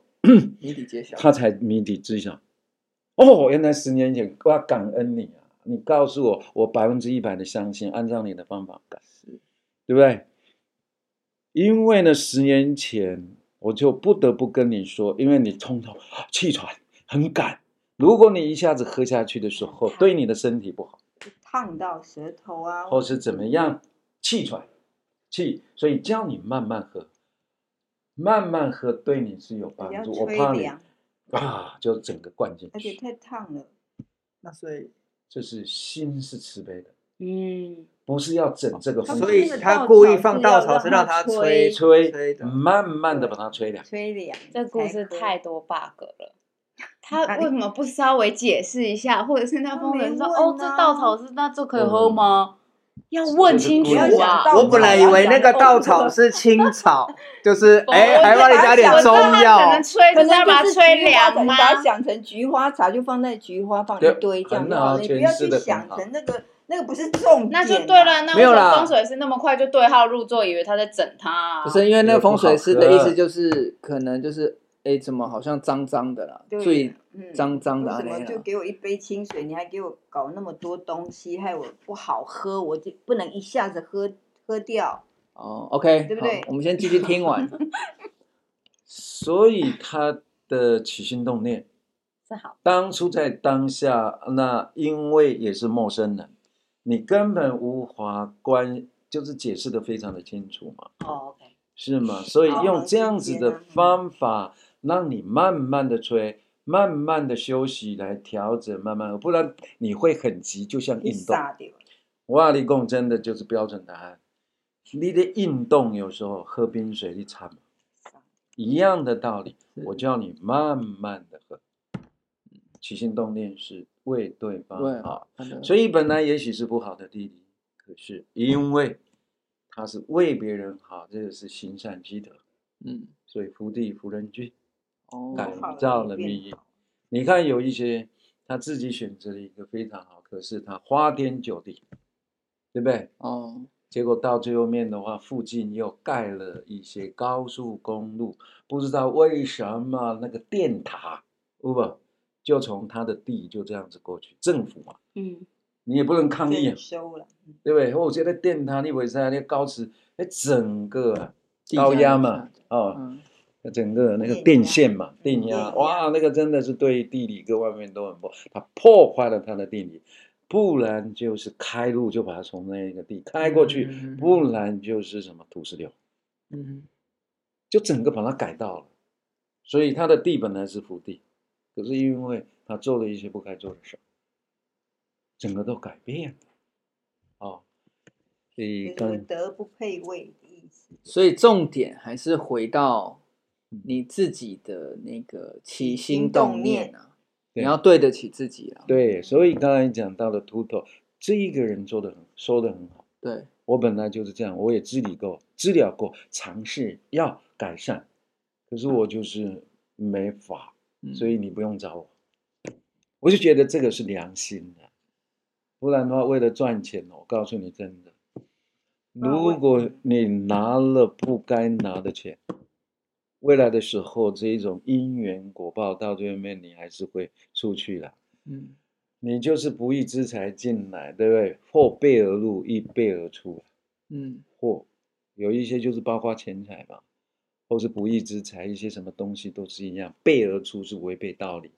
Speaker 3: 谜底揭晓。
Speaker 4: 他才谜底知晓。哦，原来十年前我要感恩你啊！你告诉我，我百分之一百的相信，按照你的方法改，对不对？因为呢，十年前我就不得不跟你说，因为你冲动、啊气喘、很赶，如果你一下子喝下去的时候，对你的身体不好，
Speaker 2: 就烫到舌头啊，
Speaker 4: 或是怎么样，气喘、气，所以叫你慢慢喝，慢慢喝对你是有
Speaker 2: 比
Speaker 4: 帮
Speaker 2: 较
Speaker 4: 助。我怕
Speaker 2: 吹
Speaker 4: 你
Speaker 2: 凉，
Speaker 4: 啊，就整个灌进
Speaker 2: 而且
Speaker 4: 去。
Speaker 2: 太烫了，
Speaker 3: 那所以，
Speaker 4: 就是心是慈悲的，
Speaker 1: 嗯，
Speaker 4: 不是要整这个
Speaker 2: 他
Speaker 4: 风
Speaker 2: 们
Speaker 3: 所
Speaker 4: 水
Speaker 3: 以
Speaker 2: 那个
Speaker 4: 师。
Speaker 3: 他
Speaker 2: 稻
Speaker 3: 故
Speaker 2: 草
Speaker 3: 意
Speaker 2: 哦是
Speaker 3: 放
Speaker 2: 要
Speaker 3: 稻草
Speaker 2: 让
Speaker 3: 是让
Speaker 2: 它
Speaker 3: 它
Speaker 2: 吹
Speaker 3: 吹
Speaker 4: 吹嗯
Speaker 3: 吹的，
Speaker 4: 慢慢的把它吹凉。
Speaker 2: 吹凉。
Speaker 1: 这故事
Speaker 2: 才喝
Speaker 1: 太多 bug
Speaker 2: [LAUGHS]
Speaker 1: 了。他
Speaker 2: 哪里
Speaker 1: 为什么不稍微解释一下，或者是那
Speaker 2: 他
Speaker 1: 风
Speaker 2: 没
Speaker 1: 人说：“
Speaker 2: 问
Speaker 1: 哦，这
Speaker 2: 啊
Speaker 1: 稻草是那这可以喝吗？”要问清楚
Speaker 2: 不要想
Speaker 1: 啊
Speaker 2: 到！
Speaker 3: 我本来以为那个稻草是青草，就是哎，还帮你加点中
Speaker 1: 我知道它可
Speaker 3: 药
Speaker 1: 能。吹
Speaker 2: 可
Speaker 1: 就是
Speaker 2: 能
Speaker 1: 要把
Speaker 2: 就
Speaker 1: 它
Speaker 2: 是
Speaker 1: 吹
Speaker 2: 菊花
Speaker 1: 凉
Speaker 2: 茶，你
Speaker 1: 吗？
Speaker 2: 把它想成菊花茶，就放在菊花放一
Speaker 4: 对
Speaker 2: 堆这样
Speaker 4: 很
Speaker 2: 就好
Speaker 4: 好
Speaker 2: 了，你不要
Speaker 4: 诠释
Speaker 2: 去
Speaker 4: 得很
Speaker 2: 想
Speaker 4: 好
Speaker 2: 成那个那个不是重点啊、
Speaker 1: 那就对了，那
Speaker 3: 没
Speaker 1: 为
Speaker 3: 有
Speaker 1: 什
Speaker 3: 啦
Speaker 1: 么风水师那么快就对号入座，以为他在整他、啊？
Speaker 3: 不是因为那个风水师的意思
Speaker 4: 也
Speaker 3: 就是，可能就是哎，怎么好像脏脏的啦，
Speaker 2: 对
Speaker 3: 最
Speaker 2: 嗯
Speaker 3: 脏脏的
Speaker 2: 为
Speaker 3: 啊
Speaker 2: 什
Speaker 3: 那
Speaker 2: 么就
Speaker 3: 样。
Speaker 2: 给我一杯清水，你还给我搞那么多东西，害我不好喝，我就不能一下子喝喝掉。
Speaker 3: 哦，OK，
Speaker 2: 对不
Speaker 3: 好
Speaker 2: 对
Speaker 3: 我们先继续听
Speaker 2: [LAUGHS]
Speaker 3: 完。
Speaker 4: 所以他的起心动念，
Speaker 1: 是好，
Speaker 4: 当初在当下，那因为也是陌生人，你根本无法关，就是解释的非常的清楚嘛，
Speaker 1: 哦，OK，
Speaker 4: 是吗？所以
Speaker 2: 哦
Speaker 4: 用这样子的
Speaker 2: 理解了嗯
Speaker 4: 方法，让你慢慢的吹，慢慢的休息来调整，慢慢地，不然你会很急，就像
Speaker 2: 你
Speaker 4: 运动。
Speaker 2: 傻掉，
Speaker 4: 我跟你讲，真的就是标准答案。你的运动有时候喝冰水你惨嘛，一样的道理。我叫你慢慢的喝，起心动念是为对
Speaker 3: 对
Speaker 4: 方好，
Speaker 3: 好的
Speaker 4: 所以本来也许是不好的弟弟，可是因为他是为别人好，这个是行善积德，
Speaker 3: 嗯，
Speaker 4: 所以福地福人居，
Speaker 3: 哦，
Speaker 4: 改
Speaker 2: 好了
Speaker 4: 造
Speaker 2: 你
Speaker 4: 了
Speaker 2: 变
Speaker 4: 命运
Speaker 2: 好。
Speaker 4: 你看有一些他自己选择了一个非常好，可是他花天酒地，对不对？
Speaker 3: 哦，
Speaker 4: 结果到最后面的话，附近又盖了一些高速公路，不知道为什么那个电塔，不不，就从他的地就这样子过去。政府嘛，
Speaker 1: 嗯，
Speaker 4: 你也不能抗议
Speaker 2: 征，
Speaker 4: 啊
Speaker 2: 收了，嗯
Speaker 4: 对不对？我觉得电塔你为啥那高驰，那整个啊
Speaker 3: 地下
Speaker 4: 高压
Speaker 3: 地
Speaker 4: 嘛
Speaker 3: 下，
Speaker 4: 哦，
Speaker 3: 嗯，
Speaker 4: 那整个那个
Speaker 2: 电
Speaker 4: 电
Speaker 2: 压
Speaker 4: 线嘛，电
Speaker 2: 电
Speaker 4: 压，
Speaker 2: 压
Speaker 4: 哇，那个真的是对地理各方面都很不好，它破坏了他的地理，不然就是开路就把它从那个地开过去，
Speaker 3: 嗯
Speaker 4: 不然就是什么土石流，
Speaker 3: 嗯，
Speaker 4: 就整个把它改道了。所以它的地本来是福地，可是因为他做了一些不该做的事儿，整个都改变了。哦，所以
Speaker 2: 就是我
Speaker 4: 刚
Speaker 2: 德不配位的意思。
Speaker 3: 所以重点还是回到
Speaker 4: 嗯
Speaker 3: 你自己的那个起
Speaker 2: 起心
Speaker 3: 心
Speaker 2: 动
Speaker 3: 动念啊，
Speaker 4: 对
Speaker 3: 你要对得起自己啊。
Speaker 4: 对，所以刚才讲到了秃头，这一个人做的很说的很好。
Speaker 3: 对，
Speaker 4: 我本来就是这样，我也治理过、治疗过，尝试要改善，可是我就是没法，
Speaker 3: 嗯
Speaker 4: 所以你不用找我。我就觉得这个是良心的，不然的话，为了赚钱，我告诉你真的，
Speaker 2: 我
Speaker 4: 如果你拿了不该拿的钱，未来的时候这一种因缘果报到最后面，你还是会出去的。
Speaker 3: 嗯，
Speaker 4: 你就是不义之财进来，对不对？或备而入，亦备而出。
Speaker 3: 嗯，
Speaker 4: 或有一些就是包括钱财嘛，或是不义之财，一些什么东西都是一样，背而出是违背道理，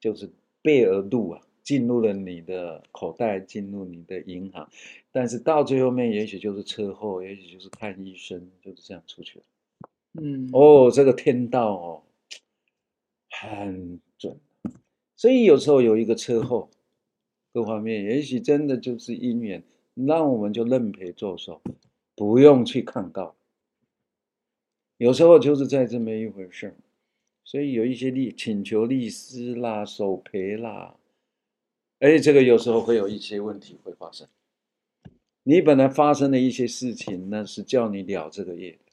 Speaker 4: 就是背而入啊，进入了你的口袋，进入你的银行，但是到最后面，也许就是车祸，也许就是看医生，就是这样出去了。
Speaker 3: 嗯，
Speaker 4: 哦，这个天道哦，很准。所以有时候有一个车祸，各方面也许真的就是因缘，那我们就认赔作手，不用去抗告。有时候就是在这么一回事儿，所以有一些律请求律师啦、索赔啦，而且这个有时候会有一些问题会发生。你本来发生的一些事情呢，是叫你了这个业的，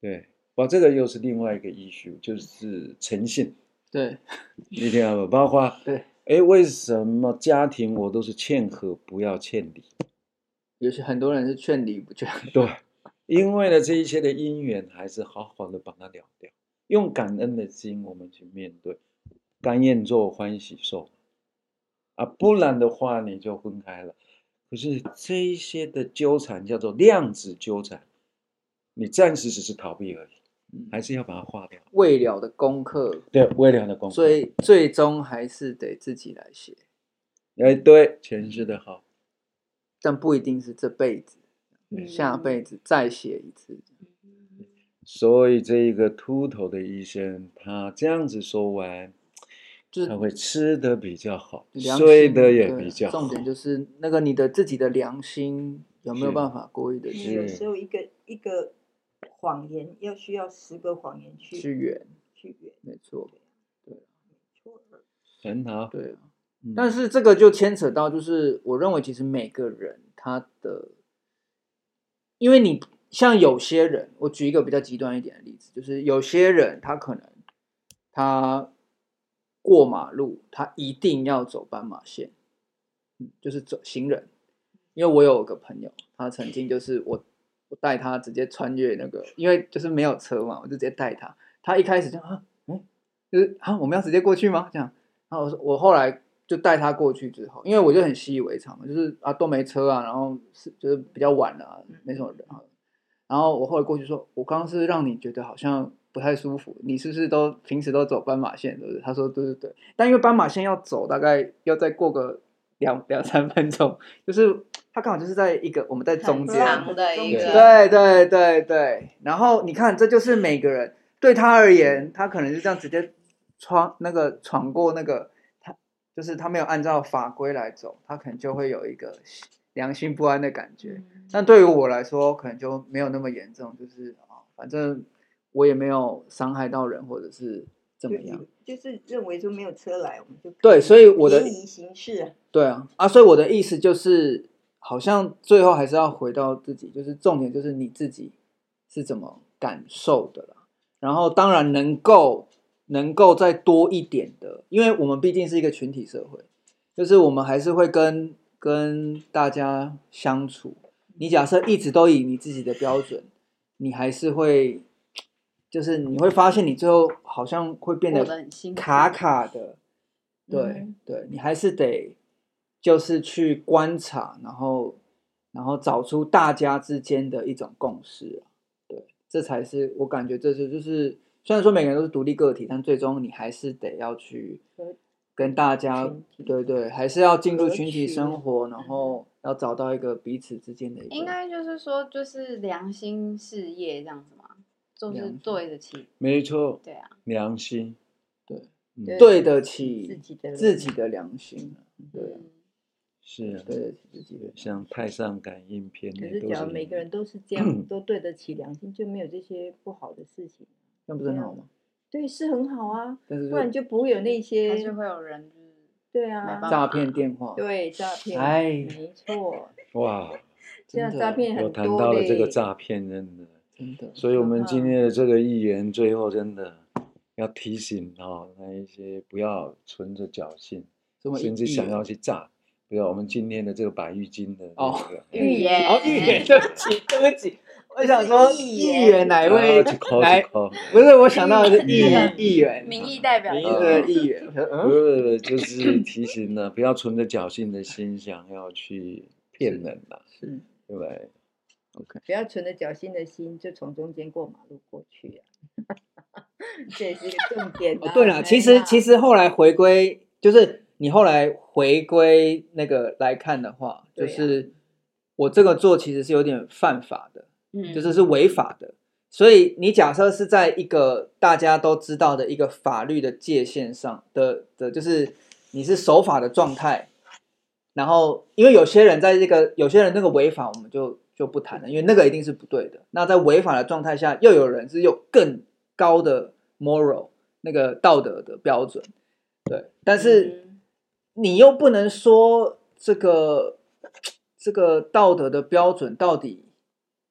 Speaker 4: 对，把这个又是另外一个 issue，就是诚信， [LAUGHS]
Speaker 3: 对
Speaker 4: 你听到吗？包 [LAUGHS] 括
Speaker 3: 对，
Speaker 4: 哎，为什么家庭我都是劝和不要劝离？
Speaker 3: 也许很多人是劝离不劝，
Speaker 4: 对， [LAUGHS] 因为呢这一切的因缘，还是好好的把它了掉，用感恩的心我们去面对，甘愿做欢喜受，啊，不然的话你就分开了。可是这一些的纠缠叫做量子纠缠，你暂时只是逃避而已， [LAUGHS]
Speaker 3: 嗯
Speaker 4: 还是要把它化掉。
Speaker 3: 未了的功课，
Speaker 4: 对，微量的功夫。
Speaker 3: 所以最终还是得自己来写，
Speaker 4: 哎，对，前世的好，
Speaker 3: 但不一定是这辈子，
Speaker 1: 嗯
Speaker 3: 下辈子再写一次。
Speaker 4: 所以这一个秃头的医生，他这样子说完，
Speaker 3: 就是
Speaker 4: 他会吃的比较好，
Speaker 3: 良心
Speaker 4: 睡的也
Speaker 3: 对
Speaker 4: 比较好。
Speaker 3: 重点就是那个你的自己的良心有没有
Speaker 4: 是
Speaker 3: 办法过于的
Speaker 2: 你
Speaker 3: 去
Speaker 2: 有
Speaker 4: 是
Speaker 2: 时候一个一个谎言，要需要十个谎言去
Speaker 3: 去圆？
Speaker 2: 去圆，
Speaker 3: 没错，
Speaker 2: 没错。
Speaker 4: 很好。
Speaker 3: 对啊。
Speaker 4: 嗯
Speaker 3: 但是这个就牵扯到，就是我认为其实每个人他的，因为你像有些人，我举一个比较极端一点的例子，就是有些人他可能他过马路，他一定要走斑马线，嗯，就是走行人。因为我有个朋友，他曾经就是我我带他直接穿越那个，因为就是没有车嘛，我就直接带他。他一开始就啊，嗯，就是啊，我们要直接过去吗？这样，然后我说我后来就带他过去之后，因为我就很习以为常嘛，就是啊都没车啊，然后是就是比较晚了啊、没什么人啊。然后我后来过去说，我刚刚是让你觉得好像不太舒服，你是不是都平时都走斑马线，对不对？他说对对对，但因为斑马线要走，大概要再过个两两三分钟，就是他刚好就是在一个我们在中间，
Speaker 1: 长的一个，
Speaker 3: 对对对对，然后你看，这就是每个人对他而言，他可能就这样直接闯那个闯过那个，他就是他没有按照法规来走，他可能就会有一个良心不安的感
Speaker 1: 嗯
Speaker 3: 觉。但对于我来说，可能就没有那么严重，就是啊，反正我也没有伤害到人，或者是怎么样。
Speaker 2: 就就是认为说没有车来，我们就可
Speaker 3: 对，所以我的
Speaker 2: 便宜行事啊，
Speaker 3: 对啊，啊，所以我的意思就是，好像最后还是要回到自己，就是重点就是你自己是怎么感受的啦。然后当然能够能够再多一点的，因为我们毕竟是一个群体社会，就是我们还是会跟跟大家相处。你假设一直都以你自己的标准，你还是会，就是你会发现你最后好像会变
Speaker 1: 过
Speaker 3: 得
Speaker 1: 得很辛苦
Speaker 3: 卡卡的，对、
Speaker 1: 嗯
Speaker 3: 对，你还是得就是去观察，然后然后找出大家之间的一种共识啊、对，这才是我感觉这是就是虽然说每个人都是独立个体，但最终你还是得要去
Speaker 2: 和
Speaker 3: 跟大家
Speaker 2: 群体
Speaker 3: 对对，还是要进入
Speaker 2: 合
Speaker 3: 群体
Speaker 2: 群嗯
Speaker 3: 生活，然后要找到一个彼此之间的一个
Speaker 1: 应该就是说就是良心事业这样子嘛，就
Speaker 3: 良
Speaker 1: 是
Speaker 3: 心
Speaker 1: 对得起，
Speaker 4: 没错，
Speaker 1: 对啊，
Speaker 4: 良心，
Speaker 3: 对
Speaker 4: 嗯
Speaker 2: 对
Speaker 3: 对得
Speaker 2: 自
Speaker 3: 起
Speaker 2: 己的
Speaker 3: 自己的良心啊，对啊
Speaker 1: 嗯，
Speaker 4: 是啊，
Speaker 3: 对得起自己的良心。
Speaker 4: 像太上感应篇
Speaker 2: 可
Speaker 4: 呢，
Speaker 2: 是
Speaker 4: 都
Speaker 2: 只要每个人都是这
Speaker 3: 嗯
Speaker 2: 样，都对得起良心，就没有这些不好的事情。
Speaker 3: 那不是很
Speaker 2: 这
Speaker 3: 好
Speaker 2: 样
Speaker 3: 吗？
Speaker 2: 对，是很好啊，
Speaker 3: 但是
Speaker 2: 不然
Speaker 3: 就
Speaker 2: 就不会有那
Speaker 1: 还是
Speaker 2: 些
Speaker 1: 会有人就是
Speaker 2: 对
Speaker 1: 没
Speaker 2: 啊
Speaker 1: 办，法
Speaker 3: 诈骗电话，
Speaker 2: 对诈骗，
Speaker 3: 哎
Speaker 2: 没错，
Speaker 4: 哇，
Speaker 2: 这样
Speaker 3: 真的
Speaker 2: 诈骗
Speaker 4: 我
Speaker 2: 很
Speaker 4: 谈
Speaker 2: 多
Speaker 4: 到了这个
Speaker 2: 嘞
Speaker 4: 诈骗，真的。
Speaker 3: 真的
Speaker 4: 所以，我们
Speaker 2: 怕
Speaker 4: 今天的这个议员最后真的要提醒哦，那一些不要存着侥幸，
Speaker 3: 这么
Speaker 4: 甚
Speaker 3: 一
Speaker 4: 至想
Speaker 3: 亿
Speaker 4: 要去炸。不要，我们今天的这个白玉金的
Speaker 3: 哦
Speaker 4: 这个
Speaker 1: 预言，
Speaker 3: 哦， [LAUGHS] 预言，对不起，对不起，我想说
Speaker 2: 议
Speaker 3: 议
Speaker 2: 员
Speaker 3: 员哪一位
Speaker 4: 啊去抠
Speaker 3: 来
Speaker 4: 去？抠，
Speaker 3: 不是，我想到的是议
Speaker 4: 议
Speaker 3: 员
Speaker 4: 员，
Speaker 3: 议员，啊
Speaker 1: 民意代表
Speaker 3: 民
Speaker 1: 也
Speaker 3: 意
Speaker 1: 有
Speaker 3: 的议员。我想
Speaker 4: 不
Speaker 3: 嗯，
Speaker 4: 是不是就是提醒了，不要存着侥幸的心想要去骗人啦，
Speaker 3: 是
Speaker 4: 对不对？
Speaker 2: 不要存着侥幸的心，就从中间过马路过去啊。 [LAUGHS] 这也是一个重点、
Speaker 3: 哦
Speaker 2: 啊。，
Speaker 3: 对了，其实其
Speaker 2: 实
Speaker 3: 实后来回归，就是你后来回归那个来看的话，就
Speaker 2: 对啊
Speaker 3: 是我这个做其实是有点犯法的，
Speaker 1: 嗯，
Speaker 3: 就是是违法的。所以你假设是在一个大家都知道的一个法律的界限上的的，就是你是守法的状态，然后因为有些人在这个有些人那个违法，我们就就不谈了，因为那个一定是不对的。那在违法的状态下，又有人是有更高的 moral 那个道德的标准，对，但是。
Speaker 1: 嗯
Speaker 3: 你又不能说这个这个道德的标准到底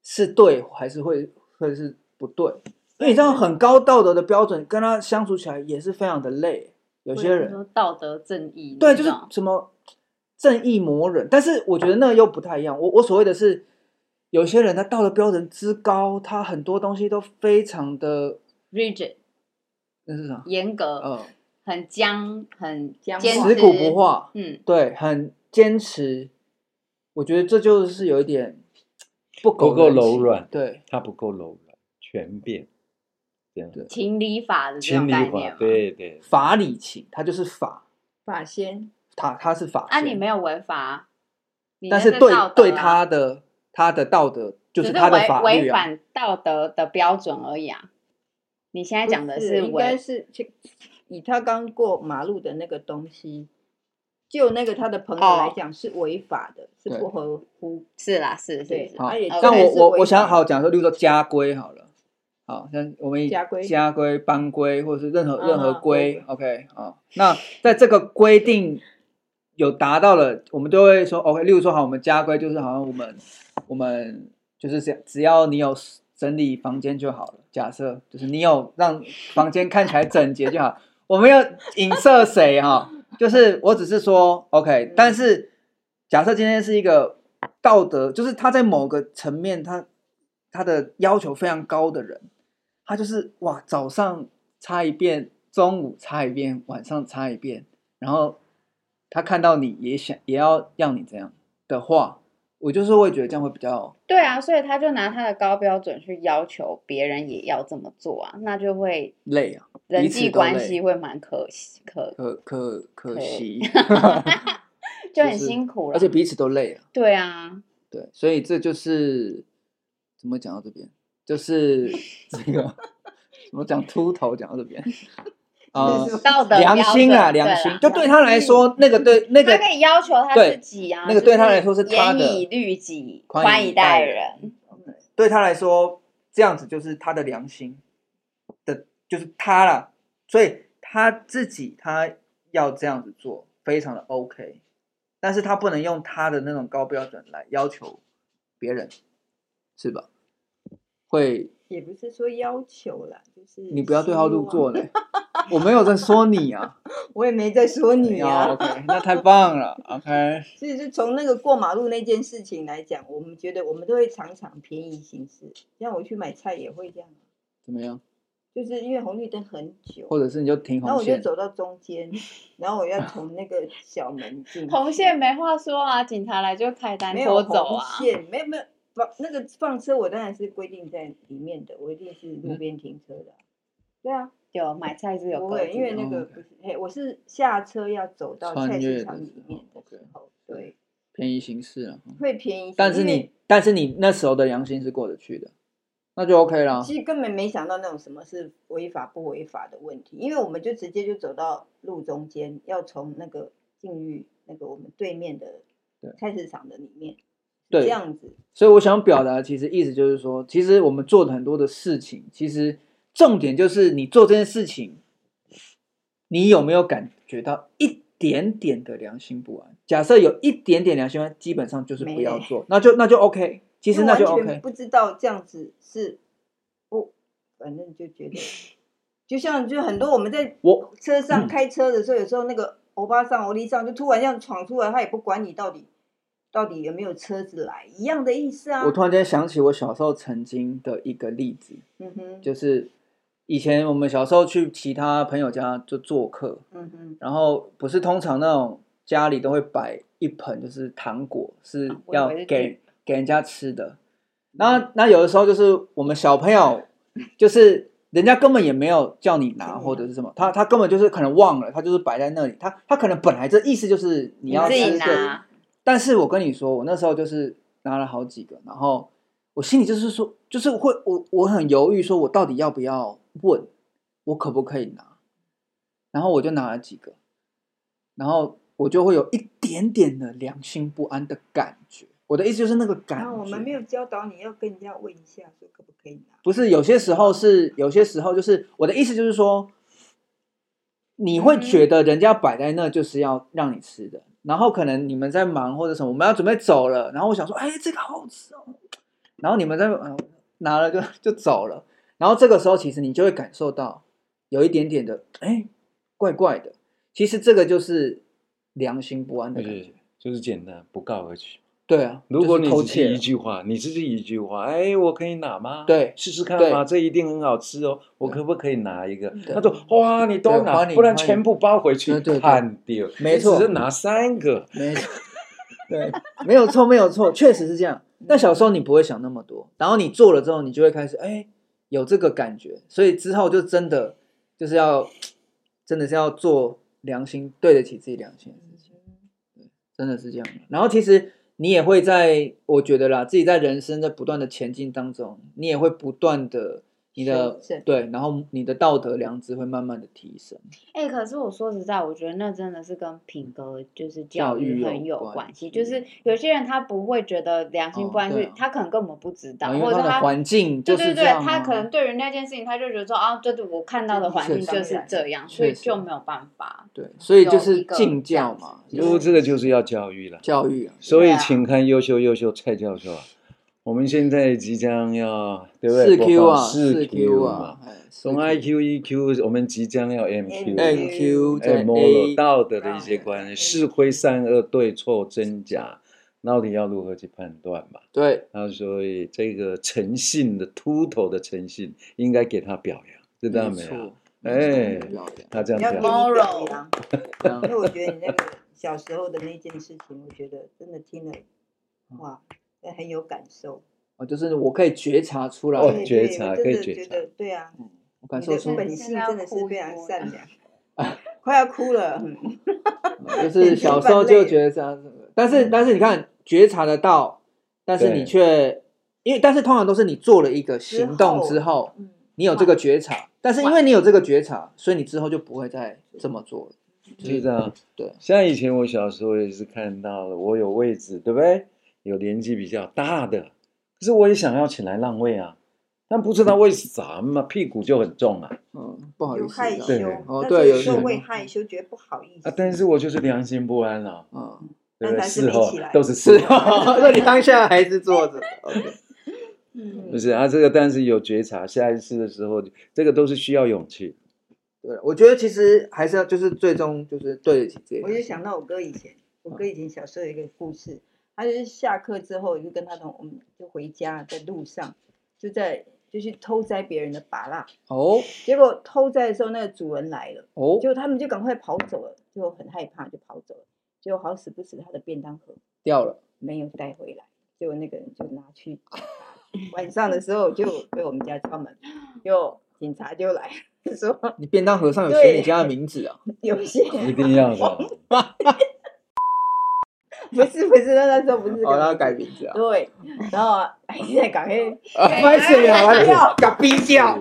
Speaker 3: 是对还是会会是不对，因为你这样很高道德的标准跟他相处起来也是非常的累。有些
Speaker 1: 或者是
Speaker 3: 人
Speaker 1: 说道德正义，
Speaker 3: 对
Speaker 1: 你知
Speaker 3: 就是
Speaker 1: 道
Speaker 3: 什么正义魔人，但是我觉得那个又不太一样。我我所谓的是，有些人他道德标准之高，他很多东西都非常的
Speaker 1: rigid
Speaker 3: 那是啥？
Speaker 1: 严格，
Speaker 3: 呃，
Speaker 1: 很僵，很
Speaker 2: 僵
Speaker 1: 坚
Speaker 2: 化
Speaker 1: 持
Speaker 3: 死骨不，化。
Speaker 1: 嗯，
Speaker 3: 对，很坚持。我觉得这就是有一点不
Speaker 4: 不
Speaker 3: 苟
Speaker 4: 够
Speaker 3: 人
Speaker 4: 柔
Speaker 3: 情
Speaker 4: 软
Speaker 3: 对，
Speaker 4: 它不够柔软，全变，这样
Speaker 3: 对
Speaker 1: 情理法的这
Speaker 4: 清
Speaker 1: 种
Speaker 4: 理
Speaker 1: 概
Speaker 4: 法
Speaker 1: 念，，
Speaker 4: 对对，
Speaker 3: 法理情，它就是法，
Speaker 2: 法先
Speaker 3: 它它是法
Speaker 1: 啊，
Speaker 3: 先
Speaker 1: 你没有违法啊，你
Speaker 3: 但
Speaker 1: 那
Speaker 3: 是对
Speaker 1: 道德
Speaker 3: 对
Speaker 1: 啊
Speaker 3: 他的他的道德就
Speaker 1: 只
Speaker 3: 他的
Speaker 1: 违
Speaker 3: 法律
Speaker 1: 违
Speaker 3: 啊，
Speaker 1: 反道德的标准而已啊。你现在讲的
Speaker 2: 不
Speaker 1: 是
Speaker 2: 应该
Speaker 1: 违，
Speaker 2: 是去以他刚过马路的那个东西，就那个他的朋友
Speaker 3: 哦
Speaker 2: 来讲是违法的，是
Speaker 3: 对
Speaker 2: 不合乎
Speaker 1: 是啦，是是
Speaker 2: 对
Speaker 1: 是，
Speaker 3: 好
Speaker 2: 啊也，
Speaker 1: 这
Speaker 3: 但
Speaker 1: 还
Speaker 3: 我
Speaker 2: 是
Speaker 3: 我
Speaker 2: 违
Speaker 3: 我想
Speaker 2: 法
Speaker 3: 好讲说，例如说家规好了，好，像我们以
Speaker 2: 家规嗯
Speaker 3: 家规、班规，或者是任何任何
Speaker 2: 啊
Speaker 3: 规，OK 啊、那在这个规定有达到了，我们都会说 OK。例如说，好，我们家规就是好像我们我们就是只只要你有整理房间就好了。假设就是你有让房间看起来整洁就好。我没有影射谁哈，就是我只是说 OK。但是假设今天是一个道德，就是他在某个层面他他的要求非常高的人，他就是哇，早上擦一遍，中午擦一遍，晚上擦一遍，然后他看到你也想也要让你这样的话，我就是会觉得这样会比较
Speaker 1: 对啊，所以他就拿他的高标准去要求别人也要这么做啊，那就会
Speaker 3: 累啊，
Speaker 1: 人
Speaker 3: 彼此
Speaker 1: 际
Speaker 3: 都
Speaker 1: 关
Speaker 3: 累
Speaker 1: 系会蛮可惜可，
Speaker 3: 可可可
Speaker 1: 可
Speaker 3: 惜，
Speaker 1: 就很
Speaker 3: 是
Speaker 1: 辛苦了。
Speaker 3: 而且彼此都累了。
Speaker 1: 对啊，
Speaker 3: 对，所以这就是怎么讲到这边，
Speaker 1: [LAUGHS]
Speaker 3: 就是这个怎么讲秃头讲到这边啊、
Speaker 2: 就是
Speaker 1: 道德
Speaker 3: 良
Speaker 1: 标
Speaker 3: 心啊，
Speaker 1: 准
Speaker 3: 良
Speaker 1: 对
Speaker 3: 心
Speaker 1: 啦，嗯
Speaker 3: 就对他来说，那个对那
Speaker 1: 他
Speaker 3: 个
Speaker 1: 可以要求他
Speaker 3: 对
Speaker 1: 自己啊，
Speaker 3: 那个
Speaker 1: 就
Speaker 3: 对他来说是他
Speaker 1: 严
Speaker 3: 的
Speaker 1: 以律己，
Speaker 3: 宽
Speaker 1: 宽
Speaker 3: 以
Speaker 1: 以
Speaker 3: 待
Speaker 1: 待
Speaker 3: 人
Speaker 1: 人。
Speaker 3: 对他来说，这样子就是他的良心的，就是他啦，所以他自己他要这样子做，非常的 OK，但是他不能用他的那种高标准来要求别人，是吧？会
Speaker 2: 也不是说要求啦，就是
Speaker 3: 你不要对号入
Speaker 2: 希望，
Speaker 3: 座嘞，我没有在说
Speaker 2: [LAUGHS]
Speaker 3: 你啊。
Speaker 2: 我也没在说你
Speaker 3: 哦
Speaker 2: 啊。
Speaker 3: OK，那太棒了。OK，
Speaker 2: 所以是从那个过马路那件事情来讲，我们觉得我们都会常常便宜行事，像我去买菜也会这样，
Speaker 3: 怎么样？
Speaker 2: 就是因为红绿灯很久，
Speaker 3: 或者是你就停
Speaker 2: 然后
Speaker 3: 红
Speaker 2: 我就
Speaker 3: 线，
Speaker 2: 走到中间，然后我要从那个小门进去，
Speaker 1: 红线没话说啊，警察来就开单
Speaker 2: 没
Speaker 1: 拖
Speaker 2: 有
Speaker 1: 走
Speaker 2: 红
Speaker 1: 啊。
Speaker 2: 线，没有没有放那个放车，我当然是规定在里面的，我一定是路
Speaker 3: 嗯
Speaker 2: 边停车的啊。对啊，
Speaker 1: 有买菜是有
Speaker 2: 不
Speaker 1: 格
Speaker 2: 会，
Speaker 1: 子
Speaker 2: 因为
Speaker 1: 的
Speaker 2: 那个
Speaker 3: 哦
Speaker 2: 不是，嘿，我是下车要走到
Speaker 3: 穿
Speaker 2: 菜
Speaker 3: 越
Speaker 2: 市
Speaker 3: 的
Speaker 2: 场
Speaker 3: 时
Speaker 2: 里面
Speaker 3: 候
Speaker 2: 的
Speaker 3: ，OK
Speaker 2: 时候，对，
Speaker 3: 便宜行事啊。嗯
Speaker 2: 会便宜一些。
Speaker 3: 但是
Speaker 2: 因为
Speaker 3: 你，但是你那时候的良心是过得去的，那就 OK 啦。
Speaker 2: 其实根本没想到那种什么是违法不违法的问题，因为我们就直接就走到路中间，要从那个进入那个我们对面的
Speaker 3: 对
Speaker 2: 菜市场的里面，
Speaker 3: 对
Speaker 2: 这样子
Speaker 3: 所以我想表达，其实意思就是说，其实我们做的很多的事情，其实重点就是你做这件事情，你有没有感觉到一点点的良心不安？假设有一点点良心不安，基本上就是不
Speaker 2: 没
Speaker 3: 要
Speaker 2: 嘞
Speaker 3: 做，那就那就 OK。其
Speaker 2: 其
Speaker 3: 实那就
Speaker 2: 完
Speaker 3: OK。
Speaker 2: 全不知道这样子是不，反正就
Speaker 3: [LAUGHS]
Speaker 2: 觉得，就像就很多我们在
Speaker 3: 我
Speaker 2: 车上
Speaker 3: 嗯
Speaker 2: 开车的时候，有时候那个欧巴桑、欧丽桑就突然这样闯出来，他也不管你到底到底有没有车子来，一样的意思啊。
Speaker 3: 我突然间想起我小时候曾经的一个例子，
Speaker 2: 嗯哼，
Speaker 3: 就是以前我们小时候去其他朋友家就做客，
Speaker 2: 嗯哼，
Speaker 3: 然后不是通常那种家里都会摆一盆就是糖果是
Speaker 1: 啊我以
Speaker 3: 要
Speaker 1: 为是
Speaker 3: 给给人家吃的，那那有的时候就是我们小朋友就是。人家根本也没有叫你拿
Speaker 2: 嗯
Speaker 3: 或
Speaker 1: 啊
Speaker 3: 者是什么，他他根本就是可能忘了，他就是摆在那里，他他可能本来这意思就是你
Speaker 1: 你
Speaker 3: 要
Speaker 1: 自
Speaker 3: 吃
Speaker 1: 己
Speaker 3: 对
Speaker 1: 拿，
Speaker 3: 但是我跟你说，我那时候就是拿了好几个，然后我心里就是说，就是会我我很犹豫，说我到底要不要问，我可不可以拿？然后我就拿了几个，然后我就会有一点点的良心不安的感觉。我的意思就是那个感
Speaker 2: 然
Speaker 3: 觉，
Speaker 2: 后我们没有教导你要跟人家问一下，说可不可以拿。
Speaker 3: 不是有些时候是有些时候就是我的意思就是说，你会觉得人家摆在那就是要让你吃的，然后可能你们在忙或者什么，我们要准备走了，然后我想说，哎，这个好好吃哦，然后你们在、呃拿了就就走了，然后这个时候其实你就会感受到有一点点的，哎，怪怪的，其实这个就是良心不安的
Speaker 4: 而
Speaker 3: 感
Speaker 4: 且
Speaker 3: 觉。
Speaker 4: 就是简单，不告而取。
Speaker 3: 对啊，
Speaker 4: 如果
Speaker 3: 就
Speaker 4: 你
Speaker 3: 是偷
Speaker 4: 只
Speaker 3: 窃
Speaker 4: 是
Speaker 3: 了
Speaker 4: 一句话，你只是一句话，哎，我可以拿吗？
Speaker 3: 对
Speaker 4: 试试看
Speaker 3: 对
Speaker 4: 嘛，这一定很好吃哦，我
Speaker 3: 对
Speaker 4: 可不可以拿一个？
Speaker 3: 对
Speaker 4: 他说，哇，你都
Speaker 3: 对
Speaker 4: 拿，
Speaker 3: 欢迎
Speaker 4: 不然
Speaker 3: 欢迎
Speaker 4: 全部包回去
Speaker 3: 对对对
Speaker 4: 看掉。
Speaker 3: 没
Speaker 4: 你
Speaker 3: 错
Speaker 4: 只是拿三个，
Speaker 3: 没错，对，没有错，没有错，确实是这样。但小时候你不会想那么多，然后你做了之后，你就会开始哎有这个感觉，所以之后就真的就是要真的是要做良心，对得起自己良
Speaker 2: 嗯
Speaker 3: 心的事情，真的是这样。然后其实你也会在，我觉得啦，自己在人生在不断的前进当中，你也会不断的你的
Speaker 2: 修正
Speaker 3: 对，然后你的道德良知会慢慢的提升。
Speaker 1: 哎、可是我说实在，我觉得那真的是跟品格就是
Speaker 3: 教
Speaker 1: 教
Speaker 3: 育
Speaker 1: 育
Speaker 3: 有
Speaker 1: 很有
Speaker 3: 关
Speaker 1: 关系。
Speaker 3: 嗯
Speaker 1: 就是有些人他不会觉得良
Speaker 3: 哦
Speaker 1: 心不安
Speaker 3: 对
Speaker 1: 全，
Speaker 3: 啊
Speaker 1: 他可能根本不知道，
Speaker 3: 然后因
Speaker 1: 或
Speaker 3: 为
Speaker 1: 者
Speaker 3: 他的
Speaker 1: 他
Speaker 3: 环境就
Speaker 1: 对对
Speaker 3: 是这
Speaker 1: 对，
Speaker 3: 样、啊，
Speaker 1: 他可能对于那件事情，他就觉得说啊，这对我看到的环
Speaker 3: 确
Speaker 1: 境
Speaker 3: 实
Speaker 1: 就是这样，
Speaker 3: 确
Speaker 1: 所以
Speaker 3: 实
Speaker 1: 就没有办法。
Speaker 3: 对，所以就
Speaker 1: 有
Speaker 3: 是
Speaker 1: 一个
Speaker 3: 敬
Speaker 1: 这样
Speaker 3: 教
Speaker 1: 子
Speaker 3: 嘛，
Speaker 1: 嗯
Speaker 3: 就
Speaker 4: 就是这个就是要教育了。
Speaker 3: 教育啊，
Speaker 4: 所
Speaker 1: 对
Speaker 4: 以
Speaker 1: 啊
Speaker 4: 请看优秀优秀蔡教授啊，我们现在即将要对不对？
Speaker 3: 四 Q 啊，
Speaker 4: 四
Speaker 3: 四
Speaker 4: Q
Speaker 3: Q
Speaker 4: 嘛
Speaker 3: 啊，，哎
Speaker 4: 从 IQ、EQ，我们即将要 MQ 了
Speaker 2: MQ
Speaker 3: NQ
Speaker 4: 哎
Speaker 3: 在
Speaker 4: 摸了
Speaker 3: A
Speaker 4: 道德的一些关系，
Speaker 2: A
Speaker 4: 是非善恶、对错真假，到底要如何去判断嘛？
Speaker 3: 对
Speaker 4: 那所以这个诚信的秃头的诚信，应该给他表扬，知道没有
Speaker 3: 错？，没错表
Speaker 4: 哎
Speaker 3: 扬
Speaker 4: 他这样
Speaker 2: 你要
Speaker 4: 表
Speaker 2: 给
Speaker 4: 扬，
Speaker 2: 你
Speaker 1: Moral
Speaker 2: 表
Speaker 3: 啊
Speaker 2: 扬，
Speaker 3: 这样
Speaker 2: 因为我觉得你那个小时候的那件事情，我觉得真的听了，哇，那很有感受。
Speaker 3: 哦，就是我可以觉察出来，
Speaker 4: 哦
Speaker 2: 对
Speaker 4: 觉
Speaker 2: 对
Speaker 4: 察
Speaker 2: 我
Speaker 4: 可
Speaker 2: 真
Speaker 4: 以
Speaker 2: 的
Speaker 4: 觉
Speaker 2: 觉
Speaker 4: 察
Speaker 2: 得对啊，
Speaker 3: 嗯，我感
Speaker 2: 你
Speaker 3: 受
Speaker 2: 的
Speaker 3: 出，
Speaker 2: 本性真的是非常善良，快要 [LAUGHS] 哭了。嗯
Speaker 3: 就是小时候就觉得这样子，但是
Speaker 4: 嗯
Speaker 3: 但是你看觉察得到，但是
Speaker 4: 对
Speaker 3: 你却因为但是通常都是你做了一个行动之
Speaker 2: 之
Speaker 3: 后，
Speaker 2: 嗯，
Speaker 3: 你有这个觉察，但是因为你有这个觉察，所以你之后就不会再这么做了。
Speaker 4: 就这样。
Speaker 3: 对，
Speaker 4: 像以前我小时候也是看到了，我有位置，对不对？有年纪比较大的，可是我也想要起来让位啊，但不知道为什么屁股就很重啊
Speaker 3: 嗯，不好意
Speaker 2: 有
Speaker 3: 思，
Speaker 2: 害羞，
Speaker 4: 对
Speaker 3: 哦
Speaker 2: 那
Speaker 3: 对
Speaker 2: 有
Speaker 3: 有
Speaker 2: 时候
Speaker 4: 是
Speaker 2: 会害羞，觉得不好意思。
Speaker 4: 啊！但是我就是良心不安了、
Speaker 3: 嗯，
Speaker 4: 对不对？
Speaker 2: 但是
Speaker 4: 事
Speaker 2: 还是没
Speaker 4: 后
Speaker 2: 起来
Speaker 4: 都是事
Speaker 3: 是，[LAUGHS]
Speaker 4: 后，
Speaker 3: 所以你当下还是坐着。OK，
Speaker 1: 嗯
Speaker 4: 不是啊，这个但是有觉察，下一次的时候，这个都是需要勇气。
Speaker 3: 对，我觉得其实还是要，就是最终就是对得起自己。
Speaker 2: 我就想到我哥以前，我哥以前小时候有一个故事，他就是下课之后就跟他同我们就回家，在路上就在就去偷摘别人的芭蜡，
Speaker 3: 哦
Speaker 2: 结果偷摘的时候那个主人来了，
Speaker 3: 哦
Speaker 2: 结果他们就赶快跑走了，就很害怕就跑走了，结果好死不死他的便当盒
Speaker 3: 掉了，
Speaker 2: 没有带回来，结果那个人就拿
Speaker 3: [LAUGHS]
Speaker 2: 去警察，晚上的时候就被我们家敲门，就警察就来了 [LAUGHS] 说
Speaker 3: 你便当盒上有写
Speaker 2: 对
Speaker 3: 你家的名字啊？
Speaker 2: 有
Speaker 3: [LAUGHS]
Speaker 2: 些
Speaker 4: 一定要的，
Speaker 2: 不是不是，那那时候不是这
Speaker 3: 哦，
Speaker 2: 个
Speaker 3: 然后
Speaker 2: 名字
Speaker 3: 改名字啊？
Speaker 2: 对，然后啊，哎现在赶快
Speaker 3: 啊，不好意思
Speaker 2: 哎
Speaker 3: 啊，把你给逼掉，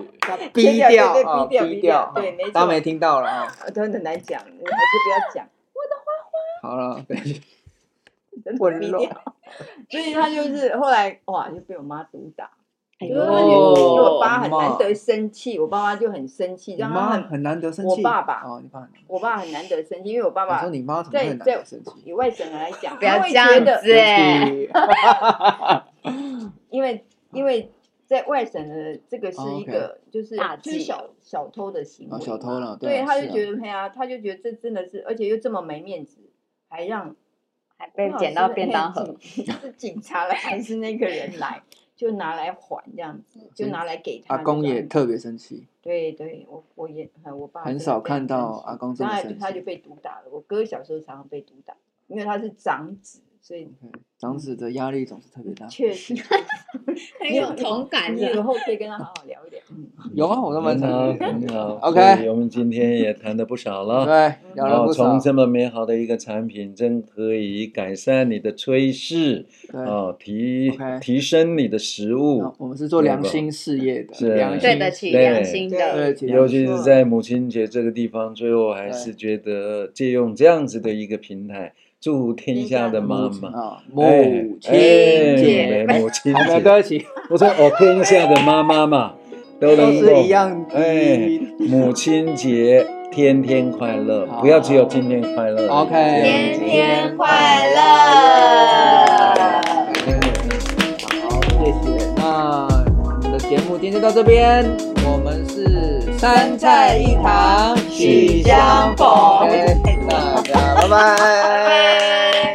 Speaker 3: 给逼掉，啊
Speaker 2: 对对
Speaker 3: 逼
Speaker 2: 逼掉逼掉对
Speaker 3: 啊
Speaker 2: 没错
Speaker 3: 大家没听到了啊。
Speaker 2: 呃都很难讲，还是不要讲，
Speaker 3: 好了，对
Speaker 2: 真的
Speaker 3: 混
Speaker 2: 逼
Speaker 3: 乱
Speaker 2: 掉。所以他就是后来哇，就被我妈毒打，
Speaker 1: 哎
Speaker 2: 就
Speaker 1: 呦
Speaker 2: 是他
Speaker 3: 哦
Speaker 2: 觉得我爸很
Speaker 3: 妈
Speaker 2: 难得生气，我爸妈就很生气，
Speaker 3: 你
Speaker 2: 让他
Speaker 3: 妈
Speaker 2: 很，
Speaker 3: 很难得生
Speaker 2: 我
Speaker 3: 气。
Speaker 2: 爸爸
Speaker 3: 哦，你爸很难。
Speaker 2: 我爸很难得生气，因为我爸
Speaker 3: 我
Speaker 2: 爸
Speaker 3: 说你妈怎么会很难得生气？
Speaker 2: 以外省人来讲，
Speaker 1: 不要
Speaker 2: 他会
Speaker 1: 这样
Speaker 2: 觉得
Speaker 1: 子对
Speaker 3: 对，
Speaker 2: 因为因为在外省的这个是
Speaker 3: 哦
Speaker 2: 一
Speaker 3: ，OK
Speaker 2: 个就是
Speaker 1: 大
Speaker 2: 就是
Speaker 1: 忌
Speaker 2: 小小偷的行为
Speaker 3: 哦
Speaker 2: 嘛，
Speaker 3: 小偷了对
Speaker 2: 对，
Speaker 3: 啊
Speaker 2: 他
Speaker 3: 是
Speaker 2: 就
Speaker 3: 啊
Speaker 2: 觉得哎呀，他就觉得这真的是，而且又这么没面子，还让
Speaker 1: 还被
Speaker 2: 不好
Speaker 1: 捡到
Speaker 2: 是
Speaker 1: 便
Speaker 2: 嘿
Speaker 1: 当盒，
Speaker 2: 警是警察来还是那个人来，就拿来还这样子，就拿来给他。
Speaker 3: 阿公也
Speaker 2: 这样
Speaker 3: 特别生气。
Speaker 2: 对对，我我也很我爸
Speaker 3: 很
Speaker 2: 真的
Speaker 3: 少
Speaker 2: 非常
Speaker 3: 看到
Speaker 2: 生气
Speaker 3: 阿公这
Speaker 2: 当
Speaker 3: 么
Speaker 2: 然
Speaker 3: 生
Speaker 2: 他
Speaker 3: 气
Speaker 2: 就被毒打了。我哥小时候常常被毒打，因为他是长子，所以
Speaker 3: 对
Speaker 4: 嗯
Speaker 3: 长子的压力总嗯是啊特别大。
Speaker 2: 确实
Speaker 1: 很
Speaker 2: 有
Speaker 1: 同 [LAUGHS]
Speaker 3: [LAUGHS]
Speaker 1: 感
Speaker 2: 你以后可以跟他好好聊一聊。嗯，
Speaker 3: 有啊，我都蛮
Speaker 4: 很好，
Speaker 3: 常。
Speaker 4: 很好。
Speaker 3: [LAUGHS] OK
Speaker 4: 所以我们今天也谈了不少了。
Speaker 3: 对，聊
Speaker 4: 然
Speaker 3: 了
Speaker 4: 后
Speaker 3: 不
Speaker 4: 从
Speaker 3: 少。
Speaker 4: 这么美好的一个产品，真可以改善你的炊事，
Speaker 3: 对，
Speaker 4: 哦，提
Speaker 3: OK
Speaker 4: 提升你的食物
Speaker 3: 那，我们是做良心事业的，
Speaker 4: 是
Speaker 3: 良心
Speaker 1: 对得起
Speaker 4: 对
Speaker 1: 良心
Speaker 3: 对
Speaker 1: 的
Speaker 3: 得。起
Speaker 4: 尤
Speaker 3: 良
Speaker 4: 其
Speaker 3: 心。
Speaker 4: 是在母亲节这个地方，最后还
Speaker 3: 对
Speaker 4: 是觉得借用这样子的一个平台，祝福天下的妈妈。
Speaker 3: 啊，母
Speaker 4: 哎
Speaker 3: 亲
Speaker 4: 哎
Speaker 3: 节，
Speaker 4: 对母亲
Speaker 3: [LAUGHS] 好，
Speaker 4: 节，
Speaker 3: 对不起，
Speaker 4: 我说哦，天下的妈妈嘛，都
Speaker 3: 都
Speaker 4: 能
Speaker 3: 是
Speaker 4: 够
Speaker 3: 一样的。
Speaker 4: 哎，母亲节天天快乐，不要只有今天快乐。
Speaker 3: OK
Speaker 1: 天天快
Speaker 3: 好
Speaker 1: 乐。
Speaker 3: 谢谢。那我们的节目今天就到这边，我们是三菜一汤，
Speaker 1: 喜相逢
Speaker 3: OK，大家拜
Speaker 1: 拜
Speaker 3: 拜。
Speaker 1: 拜